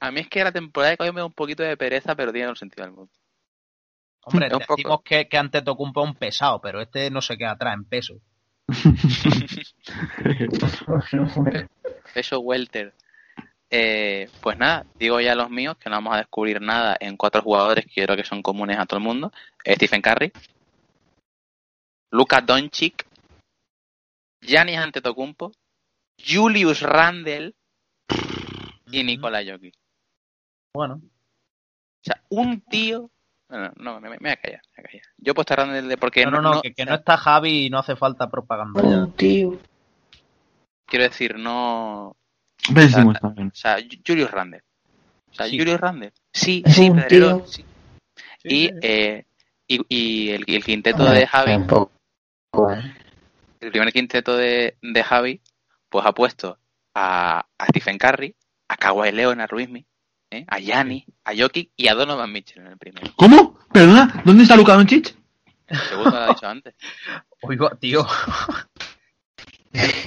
Speaker 1: A mí es que la temporada de Kawhi me da un poquito de pereza, pero tiene un sentido del mundo.
Speaker 2: Hombre,
Speaker 1: Es un poco-
Speaker 2: decimos que, que Antetokounmpo es un pesado, pero este no se queda atrás en peso.
Speaker 1: Eso, Welter. Eh, pues nada, digo ya los míos, que no vamos a descubrir nada en cuatro jugadores que yo creo que son comunes a todo el mundo. Eh, Stephen Curry, Luka Doncic, Giannis Antetokounmpo, Julius Randle y Nikola Jokic.
Speaker 2: Bueno,
Speaker 1: O sea, un tío... Bueno, no, me, me voy a callar, me voy a callar. Yo he puesto a Randle de- porque...
Speaker 2: no, no, no, que, que no está Javi y no hace falta propaganda ya.
Speaker 3: <laughs> Un tío.
Speaker 1: Quiero decir, no...
Speaker 4: Ben Simmons también.
Speaker 1: O sea, Ju- Julius Randle. O sea,
Speaker 2: Sí.
Speaker 1: Julius Randle. Sí,
Speaker 3: Es
Speaker 1: sí,
Speaker 3: un
Speaker 1: Pedrero.
Speaker 3: tío.
Speaker 1: sí.
Speaker 2: Sí,
Speaker 1: Y,
Speaker 2: sí, sí.
Speaker 1: eh, y, y el, el quinteto de Javi,
Speaker 3: Tampoco. ¿eh?
Speaker 1: el primer quinteto de, de Javi, pues ha puesto a, a Stephen Curry, a Kawhi Leonard, a Ruizmi, ¿eh? a Yanni, a Jokic y a Donovan Mitchell en el primero.
Speaker 4: ¿Cómo? Perdona, ¿dónde está Luka Doncic?
Speaker 1: El segundo lo ha
Speaker 2: <laughs>
Speaker 1: dicho antes.
Speaker 2: Oigo, tío,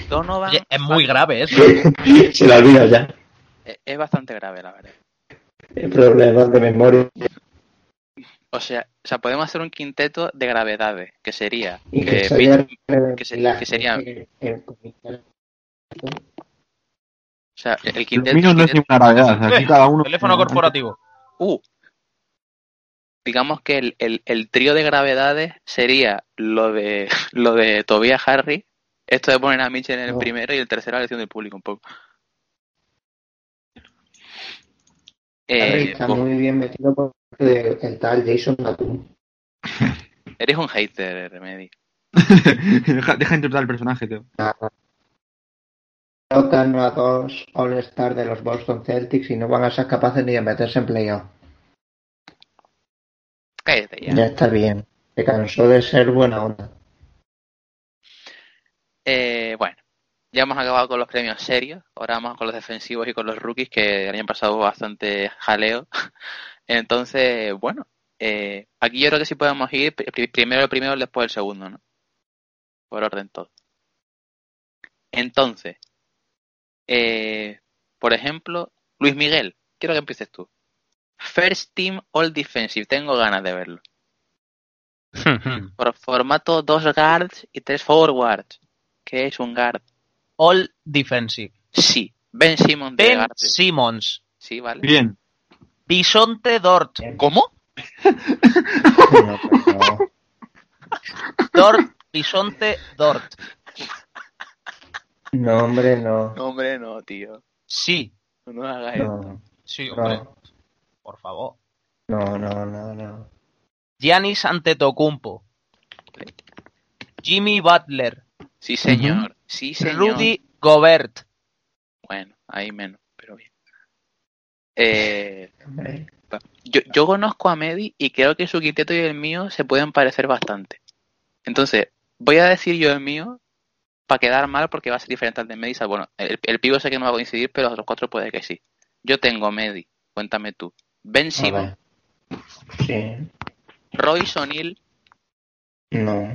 Speaker 1: Donovan
Speaker 2: oye, es muy grave eso.
Speaker 3: <laughs> Se lo olvido ya.
Speaker 1: es- e, es bastante grave, la verdad.
Speaker 3: Eh, Problemas de memoria.
Speaker 1: O sea, o sea, podemos hacer un quinteto de gravedades, que sería
Speaker 3: Y que,
Speaker 1: eh,
Speaker 3: sería-
Speaker 1: Mitch- que se- que sería- eh,
Speaker 3: el- el comentario.
Speaker 1: o sea, el
Speaker 4: Lo
Speaker 1: quinteto,
Speaker 4: mío no es
Speaker 1: quinteto-
Speaker 4: ninguna gravedad. Aquí
Speaker 2: Eh,
Speaker 4: cada uno.
Speaker 2: Teléfono corporativo.
Speaker 1: Uh. Digamos que el, el- el trío de gravedades sería lo de <laughs> lo de Tobias Harry, esto de poner a Mitchell en el
Speaker 3: No.
Speaker 1: primero y el tercero la elección del público un poco. Eh,
Speaker 3: está
Speaker 1: vos
Speaker 3: muy bien metido por parte del el tal Jason Tatum.
Speaker 1: eres un hater, Remedy.
Speaker 4: <laughs> deja, deja interpretar el personaje, Teo.
Speaker 3: Tocan a dos All-Star de los Boston Celtics y no van a ser capaces ni de meterse en playoff.
Speaker 1: Cállate ya.
Speaker 3: Ya está bien. Se cansó de ser buena onda.
Speaker 1: Eh, bueno, ya hemos acabado con los premios serios, ahora vamos con los defensivos y con los rookies que habían pasado bastante jaleo. <laughs> Entonces, bueno, eh, aquí yo creo que sí podemos ir pri- primero el primero, después el segundo, ¿no? Por orden todo. Entonces, eh, por ejemplo, Luis Miguel, quiero que empieces tú. First Team All Defensive, tengo ganas de verlo. Por formato dos guards y tres forwards. ¿Qué es un guard?
Speaker 2: All defensive.
Speaker 1: Sí, Ben Simmons de
Speaker 2: Ben
Speaker 1: guard.
Speaker 2: Simmons.
Speaker 1: Sí, vale.
Speaker 4: Bien.
Speaker 2: Bisonte Dort.
Speaker 1: ¿Cómo?
Speaker 3: No, pues no.
Speaker 2: Dort. Bisonte Dort.
Speaker 3: No, hombre, no.
Speaker 1: No, hombre, no, tío.
Speaker 2: Sí.
Speaker 1: No nos hagas esto.
Speaker 3: No,
Speaker 2: Sí, hombre.
Speaker 3: no,
Speaker 2: Por favor.
Speaker 3: no, no, no, no.
Speaker 2: Giannis Antetokounmpo. Jimmy Butler.
Speaker 1: Sí, señor. Sí, señor.
Speaker 2: Rudy Gobert.
Speaker 1: Bueno, ahí menos, pero bien. Eh,
Speaker 3: Hombre.
Speaker 1: yo, yo conozco a Medi y creo que su quinteto y el mío se pueden parecer bastante. Entonces, voy a decir yo el mío para quedar mal porque va a ser diferente al de Medi. salvo- Bueno, el, el pivo sé que no va a coincidir, pero los otros cuatro puede que sí. Yo tengo Medi, cuéntame tú. Ben
Speaker 3: A
Speaker 1: Simmons,
Speaker 3: ver. Sí.
Speaker 1: Royce O'Neal,
Speaker 3: No.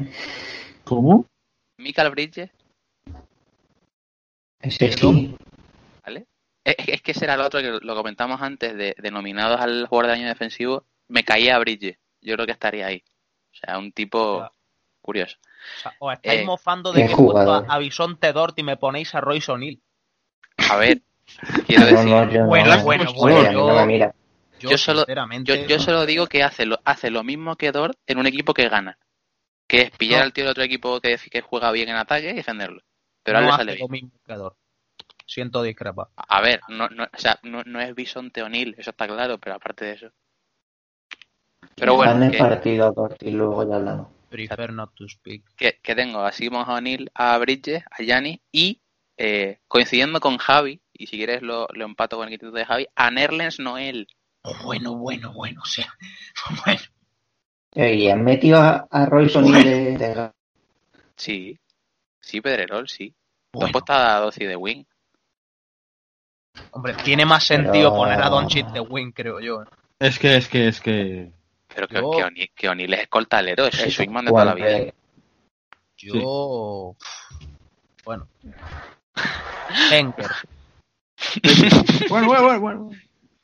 Speaker 4: ¿Cómo?
Speaker 1: Michael Bridges.
Speaker 3: Ese sí.
Speaker 1: Es, es que ese era el otro que lo comentamos antes de, de nominados al jugador de año defensivo. Me caía a Bridges. Yo creo que estaría ahí. O sea, un tipo
Speaker 2: Ah.
Speaker 1: curioso.
Speaker 2: O sea, os estáis
Speaker 1: Eh,
Speaker 2: mofando de
Speaker 3: ¿qué
Speaker 2: que he puesto
Speaker 3: jugador?
Speaker 2: a, a Bisonte Dort y me ponéis a Royce O'Neal.
Speaker 1: A ver, <laughs> quiero
Speaker 3: No,
Speaker 1: decir,
Speaker 3: no, yo no.
Speaker 2: Bueno, bueno,
Speaker 3: Oye,
Speaker 2: bueno,
Speaker 3: a mí no
Speaker 2: yo-
Speaker 3: me mira.
Speaker 2: Yo,
Speaker 1: Yo solo- yo,
Speaker 2: sinceramente,
Speaker 1: yo solo digo que hace lo, hace lo mismo que Dort en un equipo que gana. Que es pillar
Speaker 2: No.
Speaker 1: al tío del otro equipo que, que juega bien en ataque y defenderlo. Pero
Speaker 2: no
Speaker 1: ahora le
Speaker 2: hace
Speaker 1: sale
Speaker 2: lo
Speaker 1: bien.
Speaker 2: mismo que Dort. Siento discrepar.
Speaker 1: A ver, no, no, o sea, no, no es Bisonte O'Neill, eso está claro, pero aparte de eso. Pero bueno,
Speaker 3: Dame
Speaker 1: que-
Speaker 3: partido a Corti y luego ya hablamos.
Speaker 2: Prefer not to speak.
Speaker 1: que, que tengo a Simon O'Neill, a Bridges, a Yanis y eh, coincidiendo con Javi, y si quieres lo, lo empato con el quinteto de Javi, a Nerlens Noel.
Speaker 2: Bueno, bueno, bueno, o sea, <laughs> bueno.
Speaker 3: Eh, Y han metido a, a Royce O'Neal de, de-
Speaker 1: Sí, sí, Pedrerol, sí.
Speaker 2: bueno.
Speaker 1: Tampoco está Doci de Wing.
Speaker 2: Hombre, tiene más sentido
Speaker 3: Pero-
Speaker 2: poner a Doncic de win, creo yo. ¿eh?
Speaker 4: Es que, es que, es que.
Speaker 1: Pero que,
Speaker 2: Yo-
Speaker 1: que, O'Neal, que O'Neal es escoltalero, es el swingman de toda la
Speaker 3: Bueno,
Speaker 1: vida.
Speaker 3: eh,
Speaker 2: Yo. Bueno. <laughs> Denker.
Speaker 4: bueno, bueno, bueno, bueno.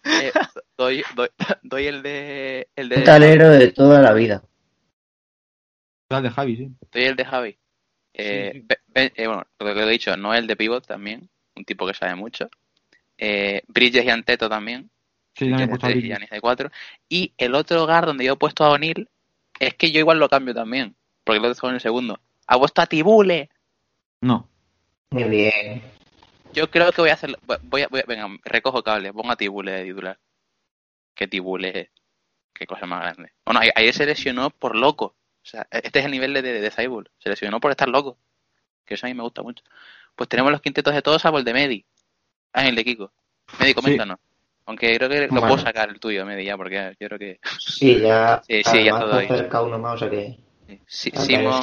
Speaker 1: Eh, doy, doy, <laughs> doy el de el
Speaker 3: un
Speaker 1: de
Speaker 3: talero de toda la vida.
Speaker 4: Tal de Javi, sí.
Speaker 1: doy el de Javi. Eh,
Speaker 2: Sí, sí.
Speaker 1: Ben- Ben- eh, bueno, lo que he dicho, Noel de pivot también, un tipo que sabe mucho. Eh, Bridges y Anteto también.
Speaker 4: Sí, también he puesto a
Speaker 1: de
Speaker 4: Bridges.
Speaker 1: Giannis de 4. Y el otro hogar donde yo he puesto a O'Neill es que yo igual lo cambio también, porque lo dejo en el segundo. Ha puesto a Tibule.
Speaker 4: No.
Speaker 3: Muy bien.
Speaker 1: Yo creo que voy a hacer. Voy a, voy a- venga, recojo cable, pongo a Tibule de titular. Que Tibule, qué cosa más grande. Bueno, a- ayer se lesionó por loco. O sea, este es el nivel de, de, de Saibul. Se lesionó por estar loco. Que eso a mí me gusta mucho. Pues tenemos los quintetos de todos, salvo el de Medi. Ah, el de Kiko. Medi, coméntanos. Aunque creo que lo
Speaker 4: Vale.
Speaker 1: puedo sacar el tuyo, Medi, ya, porque yo creo que.
Speaker 3: Sí, ya.
Speaker 1: Sí, sí, ya
Speaker 3: además,
Speaker 1: todo ahí.
Speaker 3: justo el K1 más, o sea que.
Speaker 1: Sí,
Speaker 3: Simon,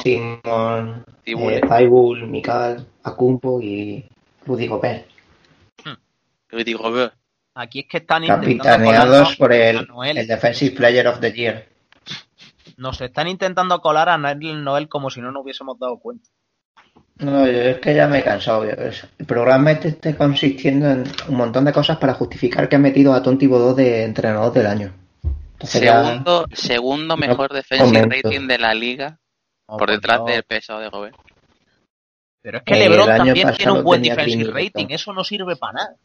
Speaker 1: Simon,
Speaker 3: Simon
Speaker 1: Tibule,
Speaker 3: eh, Taibul, Mikal, Akumpo y Rudy Gobert.
Speaker 1: Rudy Gobert.
Speaker 2: Aquí es que están intentando.
Speaker 3: Capitaneados
Speaker 2: colarnos
Speaker 3: por
Speaker 2: a
Speaker 3: el,
Speaker 2: Noel.
Speaker 3: el Defensive Player of the Year.
Speaker 2: Nos están intentando colar a Noel, Noel como si no nos hubiésemos dado cuenta.
Speaker 3: No, yo es que ya me he cansado. yo- es- El programa este está consistiendo en un montón de cosas para justificar que han metido a Tonti Bodó de entrenador del año. Entonces ya-
Speaker 1: Segundo, segundo mejor defensive
Speaker 3: comento.
Speaker 1: rating de la liga,
Speaker 2: Oh,
Speaker 1: por
Speaker 2: por
Speaker 1: detrás
Speaker 2: Dios.
Speaker 1: del pesado de Gobert.
Speaker 2: Pero es que
Speaker 3: Eh, el
Speaker 2: LeBron
Speaker 3: año
Speaker 2: también
Speaker 3: pasado
Speaker 2: tiene un buen
Speaker 3: tenía
Speaker 2: defensive
Speaker 3: Clint Eastwood.
Speaker 2: rating. Eso no sirve para nada.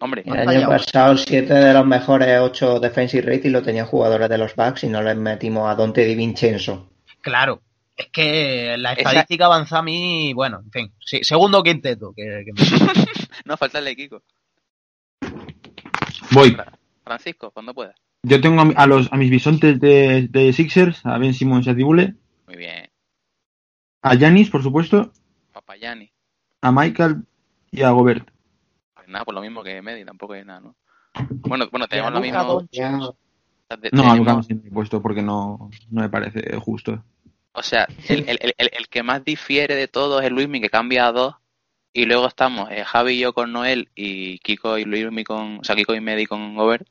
Speaker 1: Hombre,
Speaker 3: el año pasado, siete de los mejores ocho defensive rating lo tenían jugadores de los Bucks y no les metimos a Dante Di Vincenzo.
Speaker 2: Claro. Es que la
Speaker 1: Esa-
Speaker 2: estadística avanza a mí. Bueno, en fin. Sí, segundo quinteto. Que, que me-
Speaker 1: no falta el de Kiko.
Speaker 4: Voy.
Speaker 1: Francisco, cuando pueda.
Speaker 4: Yo tengo a, mi- a los, a mis bisontes de, de Sixers, a Ben Simmons y a Dibule,
Speaker 1: Muy bien.
Speaker 4: a Yanis, por supuesto,
Speaker 1: Papayani.
Speaker 4: a Michael y a Gobert.
Speaker 1: Pues nada, por lo mismo que Medi, tampoco es nada, ¿no? Bueno, bueno
Speaker 2: Y a
Speaker 1: tenemos lo
Speaker 2: Luka
Speaker 1: mismo.
Speaker 2: Doncic.
Speaker 3: Ya,
Speaker 1: de-
Speaker 4: No, a
Speaker 1: tenemos-
Speaker 4: Luka no he puesto porque no, no me parece justo.
Speaker 1: O sea, el, el- el- el- el que más difiere de todos es Luismi, que cambia a dos. Y luego estamos eh, Javi y yo con Noel y Kiko y Luismi con. O sea, Kiko y Medi con Gober.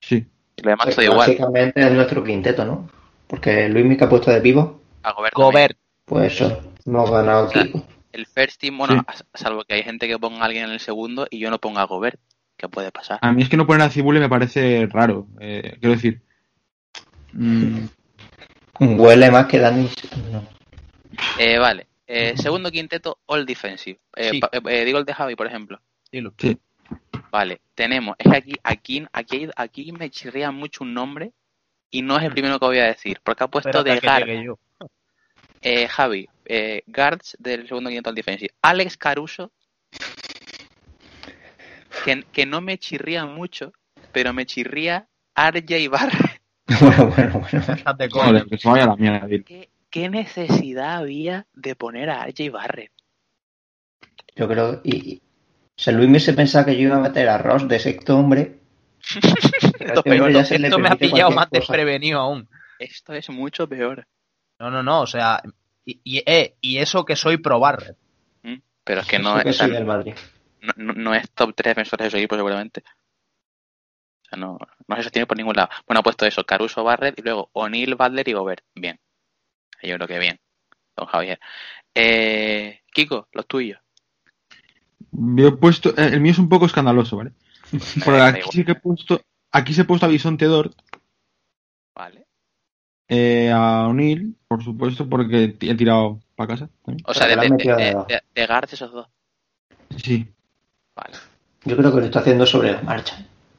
Speaker 4: Sí.
Speaker 1: Y lo demás todo igual.
Speaker 3: Básicamente es nuestro quinteto, ¿no? Porque Luis Mica ha puesto de pivo,
Speaker 1: A <laughs> Gobert también.
Speaker 2: Gobert,
Speaker 3: pues eso, hemos ganado Kiko.
Speaker 1: El first team, bueno,
Speaker 4: Sí.
Speaker 1: a- salvo que hay gente que ponga a alguien en el segundo y yo no ponga a Gobert. ¿Qué puede pasar?
Speaker 4: A mí es que no poner a Cibule me parece raro. eh, quiero decir. mm,
Speaker 3: Huele más que Dani. <laughs> no.
Speaker 1: Eh, vale. Eh, segundo quinteto, all defensive. Eh,
Speaker 2: Sí.
Speaker 1: pa- eh, eh, digo el de Javi, por ejemplo.
Speaker 2: dilo.
Speaker 4: sí.
Speaker 1: Vale, tenemos. Es que aquí, aquí, aquí, aquí me chirría mucho un nombre y no es el primero que voy a decir. Porque ha puesto
Speaker 2: Espérate
Speaker 1: de
Speaker 2: a que
Speaker 1: guard,
Speaker 2: llegue yo.
Speaker 1: eh, Javi, eh, guards del segundo quinteto all defensive. Alex Caruso, que, que no me chirría mucho, pero me chirría RJ Barrett.
Speaker 3: Bueno, bueno, bueno. bueno.
Speaker 2: Estás de coña.
Speaker 4: Joder, que se vaya a la mierda. tío.
Speaker 1: ¿Qué, qué necesidad había de poner a RJ Barrett?
Speaker 3: Yo creo. Y, y- o sea, Luis Mica se pensaba que yo iba a meter a Ross de sexto
Speaker 2: <laughs>
Speaker 3: hombre. Pero
Speaker 2: Esto,
Speaker 3: este hombre ya se le
Speaker 2: esto me ha
Speaker 3: permite
Speaker 2: pillado
Speaker 3: cualquier
Speaker 2: más
Speaker 3: cosa.
Speaker 2: desprevenido aún.
Speaker 1: Esto es mucho peor.
Speaker 2: No, no, no, o sea, y, y- eh, y eso que soy probar.
Speaker 1: ¿Mm? Pero es que
Speaker 3: Yo
Speaker 1: no,
Speaker 2: ¿eh?
Speaker 3: que
Speaker 1: o sea,
Speaker 3: soy del Madrid.
Speaker 1: no, no- no es top 3 defensores de su equipo, seguramente. O sea, no, no se sostiene por ningún lado. Bueno, ha puesto eso: Caruso, Barrett y luego O'Neill, Butler y Gobert. Bien. Yo creo que bien, don Javier. Eh, Kiko, los tuyos.
Speaker 4: Yo he puesto. eh, El mío es un poco
Speaker 1: <laughs>
Speaker 4: escandaloso, ¿vale? Pero
Speaker 1: da
Speaker 4: aquí
Speaker 1: igual.
Speaker 4: sí que he puesto. Aquí se he puesto a Bisonte Dort,
Speaker 1: Vale.
Speaker 4: eh, a O'Neill, por supuesto, porque t- he tirado para casa también.
Speaker 1: O sea, de,
Speaker 3: Pero lo
Speaker 1: de,
Speaker 3: has metido
Speaker 1: de-
Speaker 3: debajo.
Speaker 1: de- de guards esos dos.
Speaker 4: Sí.
Speaker 1: Vale.
Speaker 3: Yo creo que lo está haciendo sobre la marcha.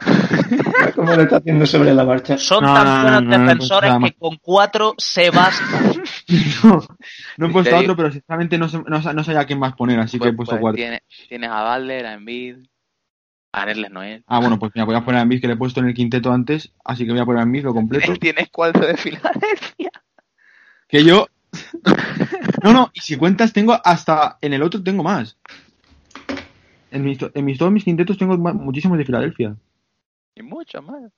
Speaker 3: <laughs> ¿Cómo lo está haciendo sobre la marcha?
Speaker 2: Son
Speaker 4: No, no,
Speaker 2: tan buenos
Speaker 4: no, no, no,
Speaker 2: defensores
Speaker 4: pues nada
Speaker 2: que con cuatro se bastan.
Speaker 4: No, no he puesto a
Speaker 1: Misterio.
Speaker 4: otro, pero sinceramente no, sé- no, sa- no sabía a quién más poner, así
Speaker 1: Pues,
Speaker 4: que he puesto cuatro.
Speaker 1: tienes, tienes a Butler, a Embiid, a Nerles
Speaker 4: <laughs>
Speaker 1: Noel.
Speaker 4: Ah, bueno, pues mira, voy a poner a Embiid que le he puesto en el quinteto antes, así que voy a poner a Embiid lo completo.
Speaker 1: Tienes cuarto de Filadelfia.
Speaker 4: Que yo... <laughs> No, no, y si cuentas tengo hasta... En el otro tengo más. En mis, to- en mis- todos mis quintetos tengo ma- muchísimos de Filadelfia.
Speaker 1: <laughs> Y mucho más.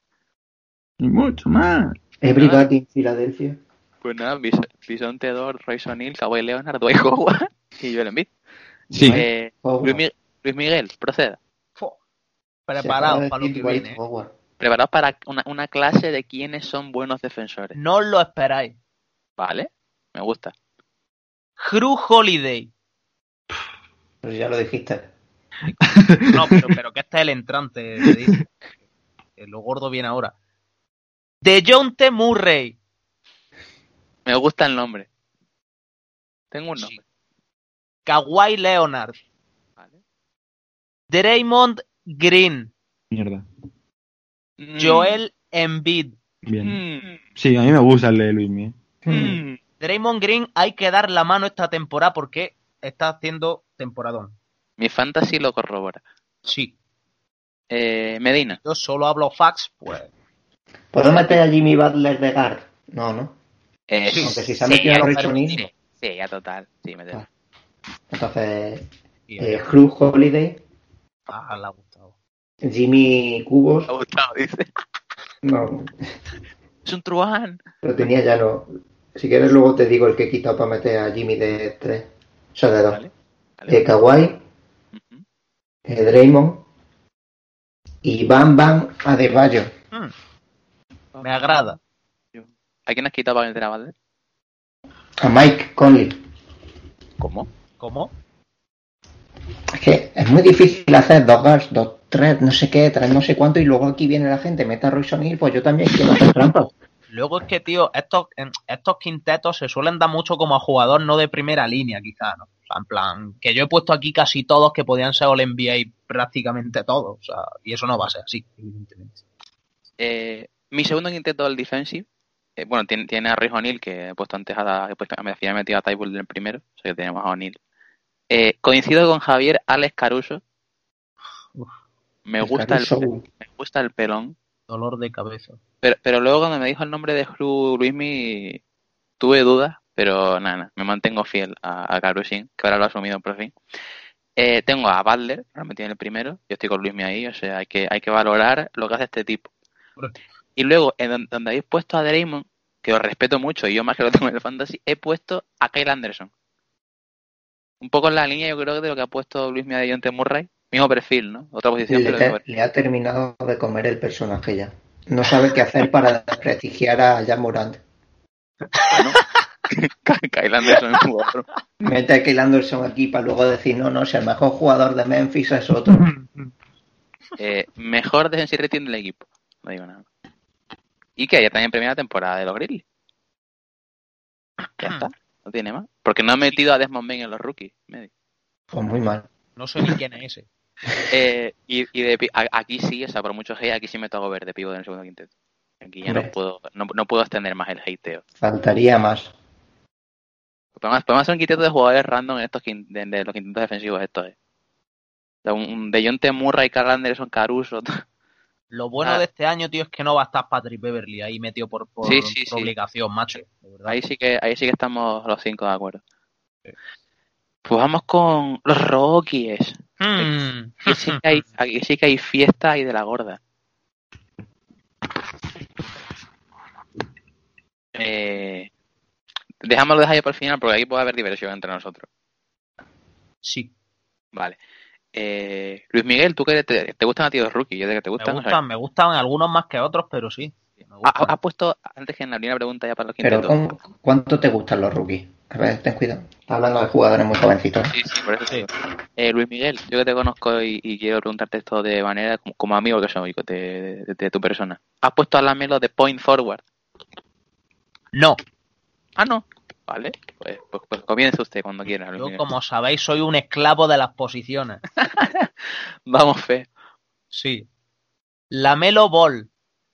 Speaker 4: Y mucho más.
Speaker 3: Everybody en Filadelfia.
Speaker 1: Pues nada, Bis- Bisonte Dor, Royson Hill, Kawhi Leonard, Dwight Howard <laughs> y Joel Embiid.
Speaker 4: Sí.
Speaker 1: Eh,
Speaker 3: Howard.
Speaker 1: Luis, Mi- Luis Miguel, proceda.
Speaker 2: Fo.
Speaker 3: Se acaba
Speaker 2: Preparados
Speaker 3: de
Speaker 2: para lo
Speaker 3: decir
Speaker 2: que
Speaker 3: igual
Speaker 2: viene.
Speaker 3: Howard.
Speaker 1: Preparados para una, una clase de quiénes son buenos defensores.
Speaker 2: No os lo esperáis.
Speaker 1: ¿Vale? Me gusta.
Speaker 2: Cruz Holiday.
Speaker 3: Pues ya lo dijiste.
Speaker 2: No, pero, pero que este es el entrante. te digo. Que Lo gordo viene ahora. De John T. Murray.
Speaker 1: Me gusta el nombre. Tengo un nombre.
Speaker 2: Kawhi Leonard.
Speaker 1: ¿vale?
Speaker 2: Draymond Green.
Speaker 4: Mierda.
Speaker 1: Mm,
Speaker 2: Joel Embiid.
Speaker 4: Bien.
Speaker 1: mm,
Speaker 4: Sí, a mí me gusta el de Luismi. eh.
Speaker 1: mm.
Speaker 2: Draymond Green hay que dar la mano esta temporada porque está haciendo temporadón.
Speaker 1: Mi fantasy lo corrobora.
Speaker 2: Sí.
Speaker 1: Eh, Medina.
Speaker 2: Yo solo hablo fax, pues.
Speaker 3: ¿Puedo meter a Jimmy Butler de guard? No, no.
Speaker 1: Eh,
Speaker 2: Sí,
Speaker 3: aunque si se ha metido a
Speaker 1: ya,
Speaker 3: Royson
Speaker 1: sí,
Speaker 3: Hill.
Speaker 1: sí, ya total. Sí, me
Speaker 3: Ah. Entonces,
Speaker 2: y-
Speaker 3: eh, Cruz Holiday,
Speaker 2: Ah, le ha gustado.
Speaker 3: Jimmy Cubos,
Speaker 1: ha gustado, dice.
Speaker 3: no,
Speaker 1: Es un truán.
Speaker 3: lo tenía ya no. Si quieres luego te digo el que he quitado para meter a Jimmy de tres. O sea, de dos.
Speaker 1: Vale. Vale.
Speaker 3: Eh, Kawhi,
Speaker 1: Ujú.
Speaker 3: eh, Draymond y Bam Bam Adebayo.
Speaker 2: Mm, me agrada.
Speaker 1: ¿A quién has quitado para meter a Valde?
Speaker 3: A Mike Conley.
Speaker 1: ¿Cómo?
Speaker 2: ¿Cómo?
Speaker 3: Es que es muy difícil hacer dos guards, dos, tres, no sé qué, tres, no sé cuánto, y luego aquí viene la gente, meta a Royson Hill, pues yo también quiero hacer trampas.
Speaker 2: Luego es que, tío, estos, en- estos quintetos se suelen dar mucho como a jugador no de primera línea, quizá, ¿no? O sea, en plan, que yo he puesto aquí casi todos que podían ser All NBA prácticamente todos. O sea, y eso no va a ser así, evidentemente.
Speaker 1: Eh, mi segundo intento del defensive. eh, bueno, tiene, tiene a Rijo O'Neill, que he puesto antes a, la- he puesto- a- al final he metido a Tybull en el primero. O sea que tenemos a O'Neill Eh, coincido con Javier, Alex Caruso. Me
Speaker 3: Alex
Speaker 1: gusta, el,
Speaker 3: Caruso.
Speaker 1: me gusta el pelón.
Speaker 2: Dolor de cabeza.
Speaker 1: Pero, pero luego cuando me dijo el nombre de Cruz Luismi, tuve dudas, pero nada, nada, me mantengo fiel a, a Karushin, que ahora lo ha asumido por fin. Eh, tengo a Butler, lo metí en el primero, yo estoy con Luismi ahí, o sea, hay que, hay que valorar lo que hace este tipo.
Speaker 2: Correcto.
Speaker 1: Y luego, en don- donde habéis puesto a Draymond, que os respeto mucho, y yo más que lo tengo en el fantasy, he puesto a Kyle Anderson. Un poco en la línea, yo creo, de lo que ha puesto Luismi de Jonte Murray. Mismo perfil, ¿no? Otra posición,
Speaker 3: Le,
Speaker 1: pero mismo
Speaker 3: te- le ha terminado de comer el personaje ya. No sabe qué hacer para desprestigiar a Jan Morant.
Speaker 1: perfil. <laughs> Kyle Anderson es un jugador
Speaker 3: Mete a Kyle Anderson aquí para luego decir, no, no, si el mejor jugador de Memphis es otro.
Speaker 1: Eh, mejor defensive rating del equipo. No digo nada. Y que haya también primera temporada de los Grizzlies. Ya está. No tiene más. Porque no ha metido a Desmond Bain en los rookies. Medi.
Speaker 3: Pues muy mal.
Speaker 2: No sé ni quién es ese.
Speaker 1: Eh, y y de pi- a- aquí sí, o sea, por mucho hate, aquí sí me tengo ver de pivo en el segundo quinteto. Aquí ya no
Speaker 3: Hombre.
Speaker 1: puedo, no, no puedo extender más el hateo.
Speaker 3: Faltaría más.
Speaker 1: Podemos, podemos hacer un quinteto de jugadores random en estos quin- de, de los quintetos defensivos estos, eh. O sea, Un, un de John Temurra y Carl Anderson Caruso. <laughs>
Speaker 2: Lo bueno
Speaker 1: Ah.
Speaker 2: de este año, tío, es que no va a estar Patrick Beverly ahí metido por, por,
Speaker 1: Sí, sí,
Speaker 2: por
Speaker 1: sí.
Speaker 2: obligación, macho. de verdad.
Speaker 1: Ahí sí que, ahí sí que estamos los cinco de acuerdo. Pues vamos con los Rockies.
Speaker 2: Hmm.
Speaker 1: Aquí sí que
Speaker 2: <laughs>
Speaker 1: hay, aquí sí que hay fiesta y de la gorda. Eh, dejámoslo dejar ya para el final porque aquí puede haber diversión entre nosotros.
Speaker 2: Sí,
Speaker 1: Vale. Eh, Luis Miguel, ¿tú qué te, te gustan a ti los rookies? Yo de que te
Speaker 2: me
Speaker 1: gustan. Ah, o sea,
Speaker 2: gustan, me gustan algunos más que otros, pero sí. me
Speaker 1: ha-
Speaker 2: gustan.
Speaker 1: ha- Has puesto, antes que en la primera pregunta ya para los
Speaker 3: Pero
Speaker 1: quintetos.
Speaker 3: ¿con- ¿cuánto te gustan los rookies? A ver, ten cuidado. Está hablando de jugadores muy jovencitos. ¿eh?
Speaker 1: Sí, sí, por eso
Speaker 2: Sí.
Speaker 1: sí. Eh, Luis Miguel, yo que te conozco y, y quiero preguntarte esto de manera como, como amigo que soy de, de- de tu persona. ¿Has puesto a Lamelo de point forward?
Speaker 2: No,
Speaker 1: Ah, no. Vale, pues, pues, pues comience usted cuando quiera. Luis
Speaker 2: yo
Speaker 1: Miguel.
Speaker 2: como sabéis soy un esclavo de las posiciones.
Speaker 1: Vamos, Fe.
Speaker 2: Sí. Lamelo Ball,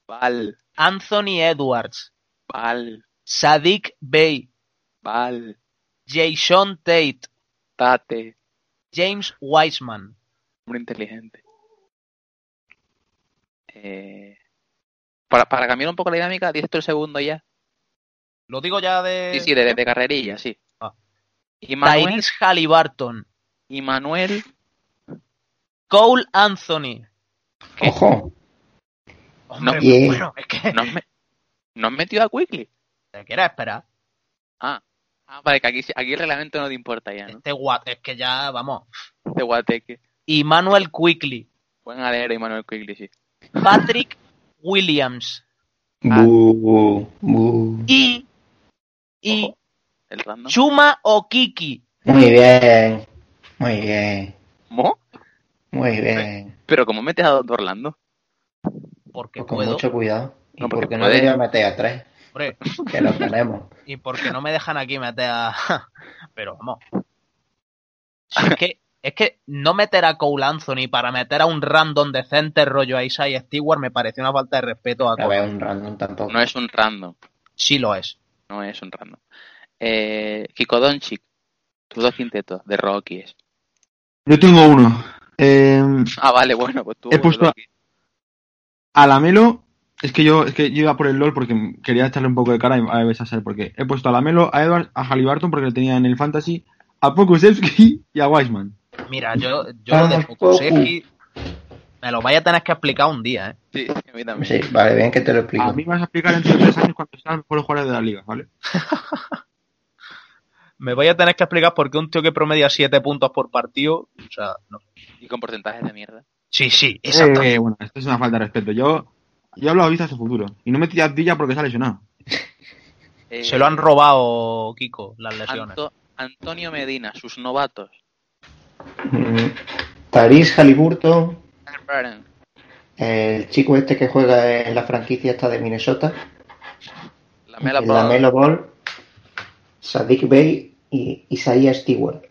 Speaker 1: Val,
Speaker 2: Anthony Edwards,
Speaker 1: Val,
Speaker 2: Sadik Bey,
Speaker 1: Val,
Speaker 2: Jason Tate,
Speaker 1: Tate,
Speaker 2: James Wiseman.
Speaker 1: hombre inteligente. Eh, para, para cambiar un poco la dinámica, dices tú el segundo ya.
Speaker 2: Lo digo ya de...
Speaker 1: Sí, sí, de, de carrerilla, sí.
Speaker 2: Ah.
Speaker 1: Y Manuel,
Speaker 2: Tyrese Halliburton,
Speaker 1: y Manuel
Speaker 2: Cole Anthony.
Speaker 1: ¿Qué?
Speaker 3: Ojo,
Speaker 2: Hombre,
Speaker 1: No.
Speaker 2: pues
Speaker 3: Yeah.
Speaker 2: bueno, es que...
Speaker 1: nos, me- nos metió a Quickly.
Speaker 2: Te quieres esperar.
Speaker 1: Ah, vale, que aquí, aquí el reglamento no te importa ya, ¿no?
Speaker 2: Este guat, es que ya, vamos.
Speaker 1: De Guateque.
Speaker 2: Y Manuel Quickly,
Speaker 1: Buen alero y Manuel Quigley, sí.
Speaker 2: Patrick Williams
Speaker 1: Ah.
Speaker 3: Bu, bu.
Speaker 2: y... Y
Speaker 1: Ojo, El random.
Speaker 2: Chuma Okiki.
Speaker 3: Muy bien, muy bien,
Speaker 1: ¿Mo?
Speaker 3: muy bien.
Speaker 1: ¿Pero cómo metes a Orlando?
Speaker 2: Porque
Speaker 3: Pues con
Speaker 2: puedo,
Speaker 3: mucho cuidado. Y
Speaker 1: No, porque
Speaker 3: porque no
Speaker 1: puede.
Speaker 3: quería meter a tres,
Speaker 2: hombre.
Speaker 1: <laughs>
Speaker 3: que los tenemos.
Speaker 2: y porque no me dejan aquí meter a... <laughs> Pero vamos. Si es, que, es que no meter a Cole Anthony para meter a un random decente rollo a Isaiah Stewart me parece una falta de respeto a
Speaker 3: A
Speaker 2: Cole.
Speaker 3: ver, un random tampoco.
Speaker 1: No es un random.
Speaker 2: Sí lo es.
Speaker 1: No es un random. Eh, Kiko Doncic. Tus dos quintetos de Rockies.
Speaker 4: Yo tengo uno. Eh,
Speaker 1: Ah, vale, bueno, pues tú.
Speaker 4: He puesto a-
Speaker 1: Rocky.
Speaker 4: a la Melo, es que yo es que yo iba por el LOL porque quería echarle un poco de cara y a ver si sale por qué. He puesto a la Melo, a Edwards, a Halliburton porque lo tenía en el Fantasy, a Pokusevski y a Wiseman.
Speaker 2: Mira, yo, yo lo de
Speaker 3: Vamos,
Speaker 2: Pokusevski me lo vaya a tener que explicar un día, ¿eh?
Speaker 1: Sí, sí, a mí también.
Speaker 3: Sí, vale, bien que te lo explico.
Speaker 4: A mí me vas a explicar dentro de tres años cuando sean los mejores jugadores de la liga, ¿vale?
Speaker 2: Me voy a tener que explicar por qué un tío que promedia 7 puntos por partido, o sea, no.
Speaker 1: Y con porcentajes de mierda.
Speaker 2: Sí, sí, exacto.
Speaker 4: Eh, bueno, esto es una falta de respeto. Yo, yo hablo a vista de su futuro. Y no me a Dilla porque se ha lesionado.
Speaker 1: Eh,
Speaker 2: Se lo han robado, Kiko, las lesiones.
Speaker 1: Anto- Antonio Medina, sus novatos.
Speaker 3: Mm, Taris Halliburton,
Speaker 1: Aaron,
Speaker 3: el chico este que juega en la franquicia esta de Minnesota,
Speaker 1: La Mela
Speaker 3: el Lamelo Ball, Sadik Bey y Isaiah Stewart.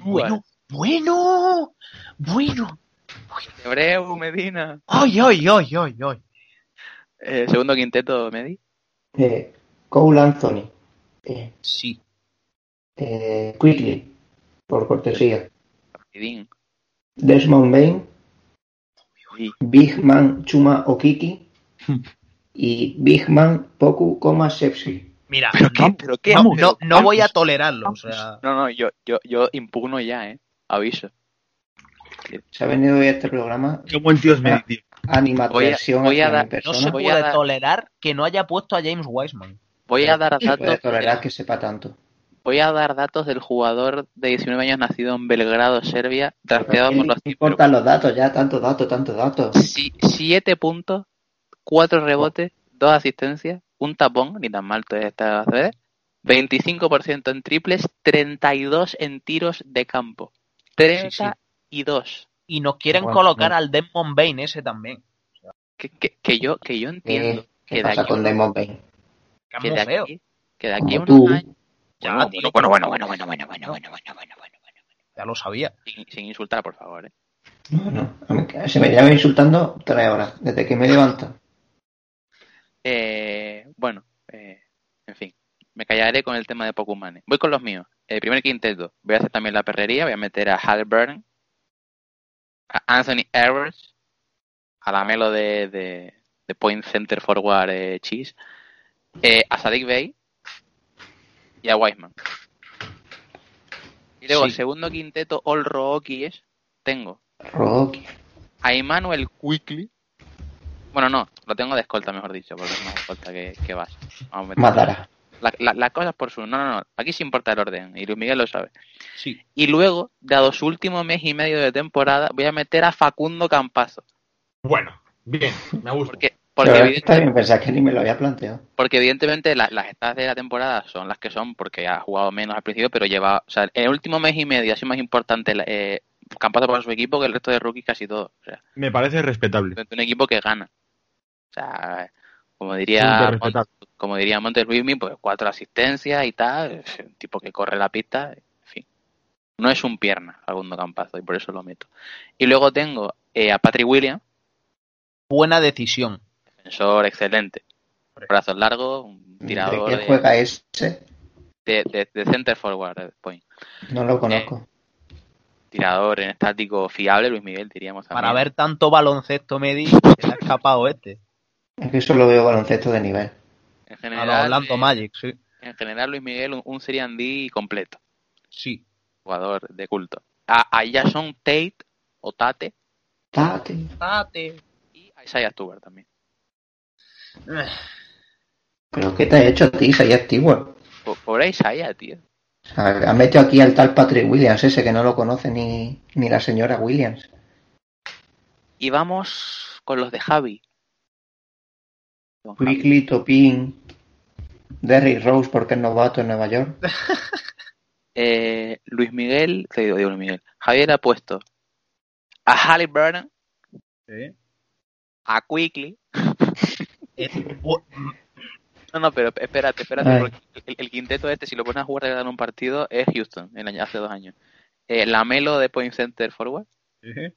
Speaker 2: Bueno, bueno, bueno.
Speaker 1: Hebreu, Medina.
Speaker 2: Ay, ay, ay, ay, ay.
Speaker 1: Eh, segundo quinteto, Medi.
Speaker 3: Eh, Cole Anthony, eh,
Speaker 2: Sí.
Speaker 3: eh, Quigley, por cortesía.
Speaker 1: Rapidín.
Speaker 3: Desmond Bain,
Speaker 1: Uy,
Speaker 3: Big Man Chuma
Speaker 1: <laughs>
Speaker 3: Okiki y Big Man Poku, coma, Sepsi.
Speaker 2: Mira,
Speaker 1: ¿Pero qué?
Speaker 2: no,
Speaker 1: ¿Pero qué?
Speaker 2: no-
Speaker 1: Vamos,
Speaker 2: no- no
Speaker 1: vamos.
Speaker 2: voy a tolerarlo. O sea,
Speaker 1: No, no, yo, yo, yo impugno ya, ¿eh? Aviso.
Speaker 3: Se ha venido hoy a este programa
Speaker 4: Qué buen tío es Mendy, tío.
Speaker 3: animadversión
Speaker 1: voy a
Speaker 3: hacia
Speaker 1: dar-
Speaker 3: mi
Speaker 1: no
Speaker 2: no
Speaker 3: persona.
Speaker 2: se
Speaker 1: Voy a
Speaker 2: puede
Speaker 1: dar-
Speaker 2: tolerar que no haya puesto a James Wiseman.
Speaker 1: Voy a dar
Speaker 3: No se puede
Speaker 1: datos.
Speaker 3: tolerar Pues que sepa tanto.
Speaker 1: Voy a dar datos del jugador de 19 años nacido en Belgrado, Serbia, drafteado
Speaker 3: ¿Qué
Speaker 1: por los
Speaker 3: le importan los datos ya? Tantos datos, tantos datos.
Speaker 1: 7 puntos, 4 rebotes, 2 asistencias, un tapón, ni tan mal todas estas veces, 25% en triples, 32 en tiros de campo. 32.
Speaker 2: Y nos quieren
Speaker 3: Bueno,
Speaker 2: colocar
Speaker 3: bueno.
Speaker 2: al Desmond Bain ese también.
Speaker 1: Que, que- que yo, que
Speaker 3: Eh,
Speaker 1: yo entiendo
Speaker 3: ¿Qué, qué
Speaker 1: que de
Speaker 3: pasa
Speaker 1: aquí-
Speaker 3: con Demon Bain?
Speaker 2: Que es
Speaker 1: que
Speaker 2: muy
Speaker 1: de
Speaker 2: feo.
Speaker 1: aquí, que de aquí a
Speaker 3: Como
Speaker 1: unos
Speaker 3: tú.
Speaker 1: años...
Speaker 2: Ya,
Speaker 1: Bueno,
Speaker 2: tío.
Speaker 1: Ah, bueno, bueno, bueno, bueno, bueno, bueno, bueno, bueno, bueno, bueno, bueno.
Speaker 2: Ya lo sabía.
Speaker 1: Sin, sin insultar, por favor. ¿eh?
Speaker 3: No, no. a mí que- Se me lleva insultando tres horas, desde que me levanto.
Speaker 1: Eh, bueno, eh, en fin, me callaré con el tema de Pokémon. Voy con los míos. El primer quinteto, voy a hacer también la perrería, voy a meter a Halliburton, a Anthony Edwards, a la Melo de, de, de Point Center Forward eh, Cheese, eh, a Sadik Bay y a Wiseman. Y luego
Speaker 2: Sí.
Speaker 1: el segundo quinteto, All Rookies, tengo
Speaker 3: Rocky.
Speaker 1: a Emmanuel Quickly. Bueno, no, lo tengo de escolta, mejor dicho, porque es más escolta que, que vas. Vamos a meter-
Speaker 3: Madara.
Speaker 1: La- la- las cosas por su. No, no, no. Aquí sí importa el orden, y Luis Miguel lo sabe.
Speaker 2: Sí.
Speaker 1: Y luego, dado su último mes y medio de temporada, voy a meter a Facundo Campazo.
Speaker 4: Bueno, bien, me gusta.
Speaker 1: Porque, porque,
Speaker 3: Pero
Speaker 1: evidente-
Speaker 3: está bien pensar que ni me lo había planteado.
Speaker 1: porque evidentemente la- las estadas de la temporada son las que son, porque ha jugado menos al principio, pero lleva. O sea, el último mes y medio ha sido más importante la- eh, Campazo para su equipo que el resto de rookies casi todos. O sea,
Speaker 4: Me parece respetable.
Speaker 1: frente a un equipo que gana. O sea, como
Speaker 4: Súper
Speaker 1: diría,
Speaker 4: respetable.
Speaker 1: Mont- como diría Montes Luismi, pues cuatro asistencias y tal, es un tipo que corre la pista, en fin. No es un pierna, Facundo Campazo, y por eso lo meto. Y luego tengo eh, a Patrick Williams,
Speaker 2: Buena decisión.
Speaker 1: defensor excelente. Brazos largos, un
Speaker 3: Mm, ¿De
Speaker 1: tirador
Speaker 3: quién
Speaker 1: de,
Speaker 3: juega ese?
Speaker 1: de- de- de center forward, eh, point.
Speaker 3: No lo conozco.
Speaker 1: Tirador en estático fiable, Luis Miguel, diríamos también.
Speaker 2: Para ver tanto baloncesto, Medi, se le ha escapado
Speaker 1: <laughs>
Speaker 2: este.
Speaker 3: Es que solo veo baloncesto de nivel.
Speaker 1: En
Speaker 2: A
Speaker 1: general,
Speaker 2: los Orlando
Speaker 1: eh,
Speaker 2: Magic, sí.
Speaker 1: en general, Luis Miguel, un, un Serie D completo.
Speaker 2: Sí.
Speaker 1: jugador de culto. A, a Jason Tate o Tate
Speaker 3: Tati.
Speaker 1: y a Isaiah Stewart también. Eh,
Speaker 3: ¿Pero qué te has hecho a ti, Isaiah activo?
Speaker 1: Po- Pobre Isaiah, tío.
Speaker 3: Has metido aquí al tal Patrick Williams, ese que no lo conoce ni, ni la señora Williams.
Speaker 1: Y vamos con los de Javi. Don Javi.
Speaker 3: Quickly, Topin, Derrick Rose porque es novato en Nueva York.
Speaker 1: Eh, Luis Miguel, te digo, digo Luis Miguel. Javier ha puesto a Halliburton,
Speaker 2: Sí.
Speaker 1: a Quickly.
Speaker 2: Eh, bu- mm,
Speaker 1: No, no, pero espérate, espérate,
Speaker 3: Ay.
Speaker 1: porque el, el quinteto este, si lo pones a jugar de verdad en un partido, es Houston, el año, hace dos años. Eh, Lamelo de Point Center Forward. eh.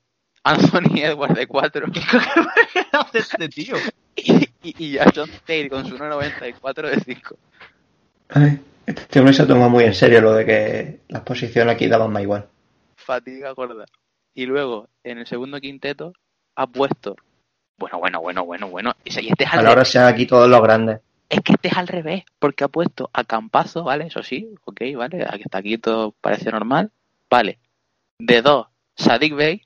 Speaker 1: Anthony Edwards de 4.
Speaker 2: <laughs> ¿Qué hace este tío?
Speaker 1: <laughs> y, y Jason Tate con su 1.94 de 5.
Speaker 3: Ay, este hombre se toma muy en serio lo de que las posiciones aquí daban más igual.
Speaker 1: Fatiga gorda. Y luego, en el segundo quinteto, ha puesto. Bueno, bueno, bueno, bueno, bueno. Y se- y este es al
Speaker 3: Ahora
Speaker 1: revés.
Speaker 3: sean aquí todos los grandes.
Speaker 1: Es que este es al revés. Porque ha puesto a Campazo, ¿vale? Eso sí, ok, vale. Aquí está aquí todo parece normal. Vale. De 2, Sadik Bey.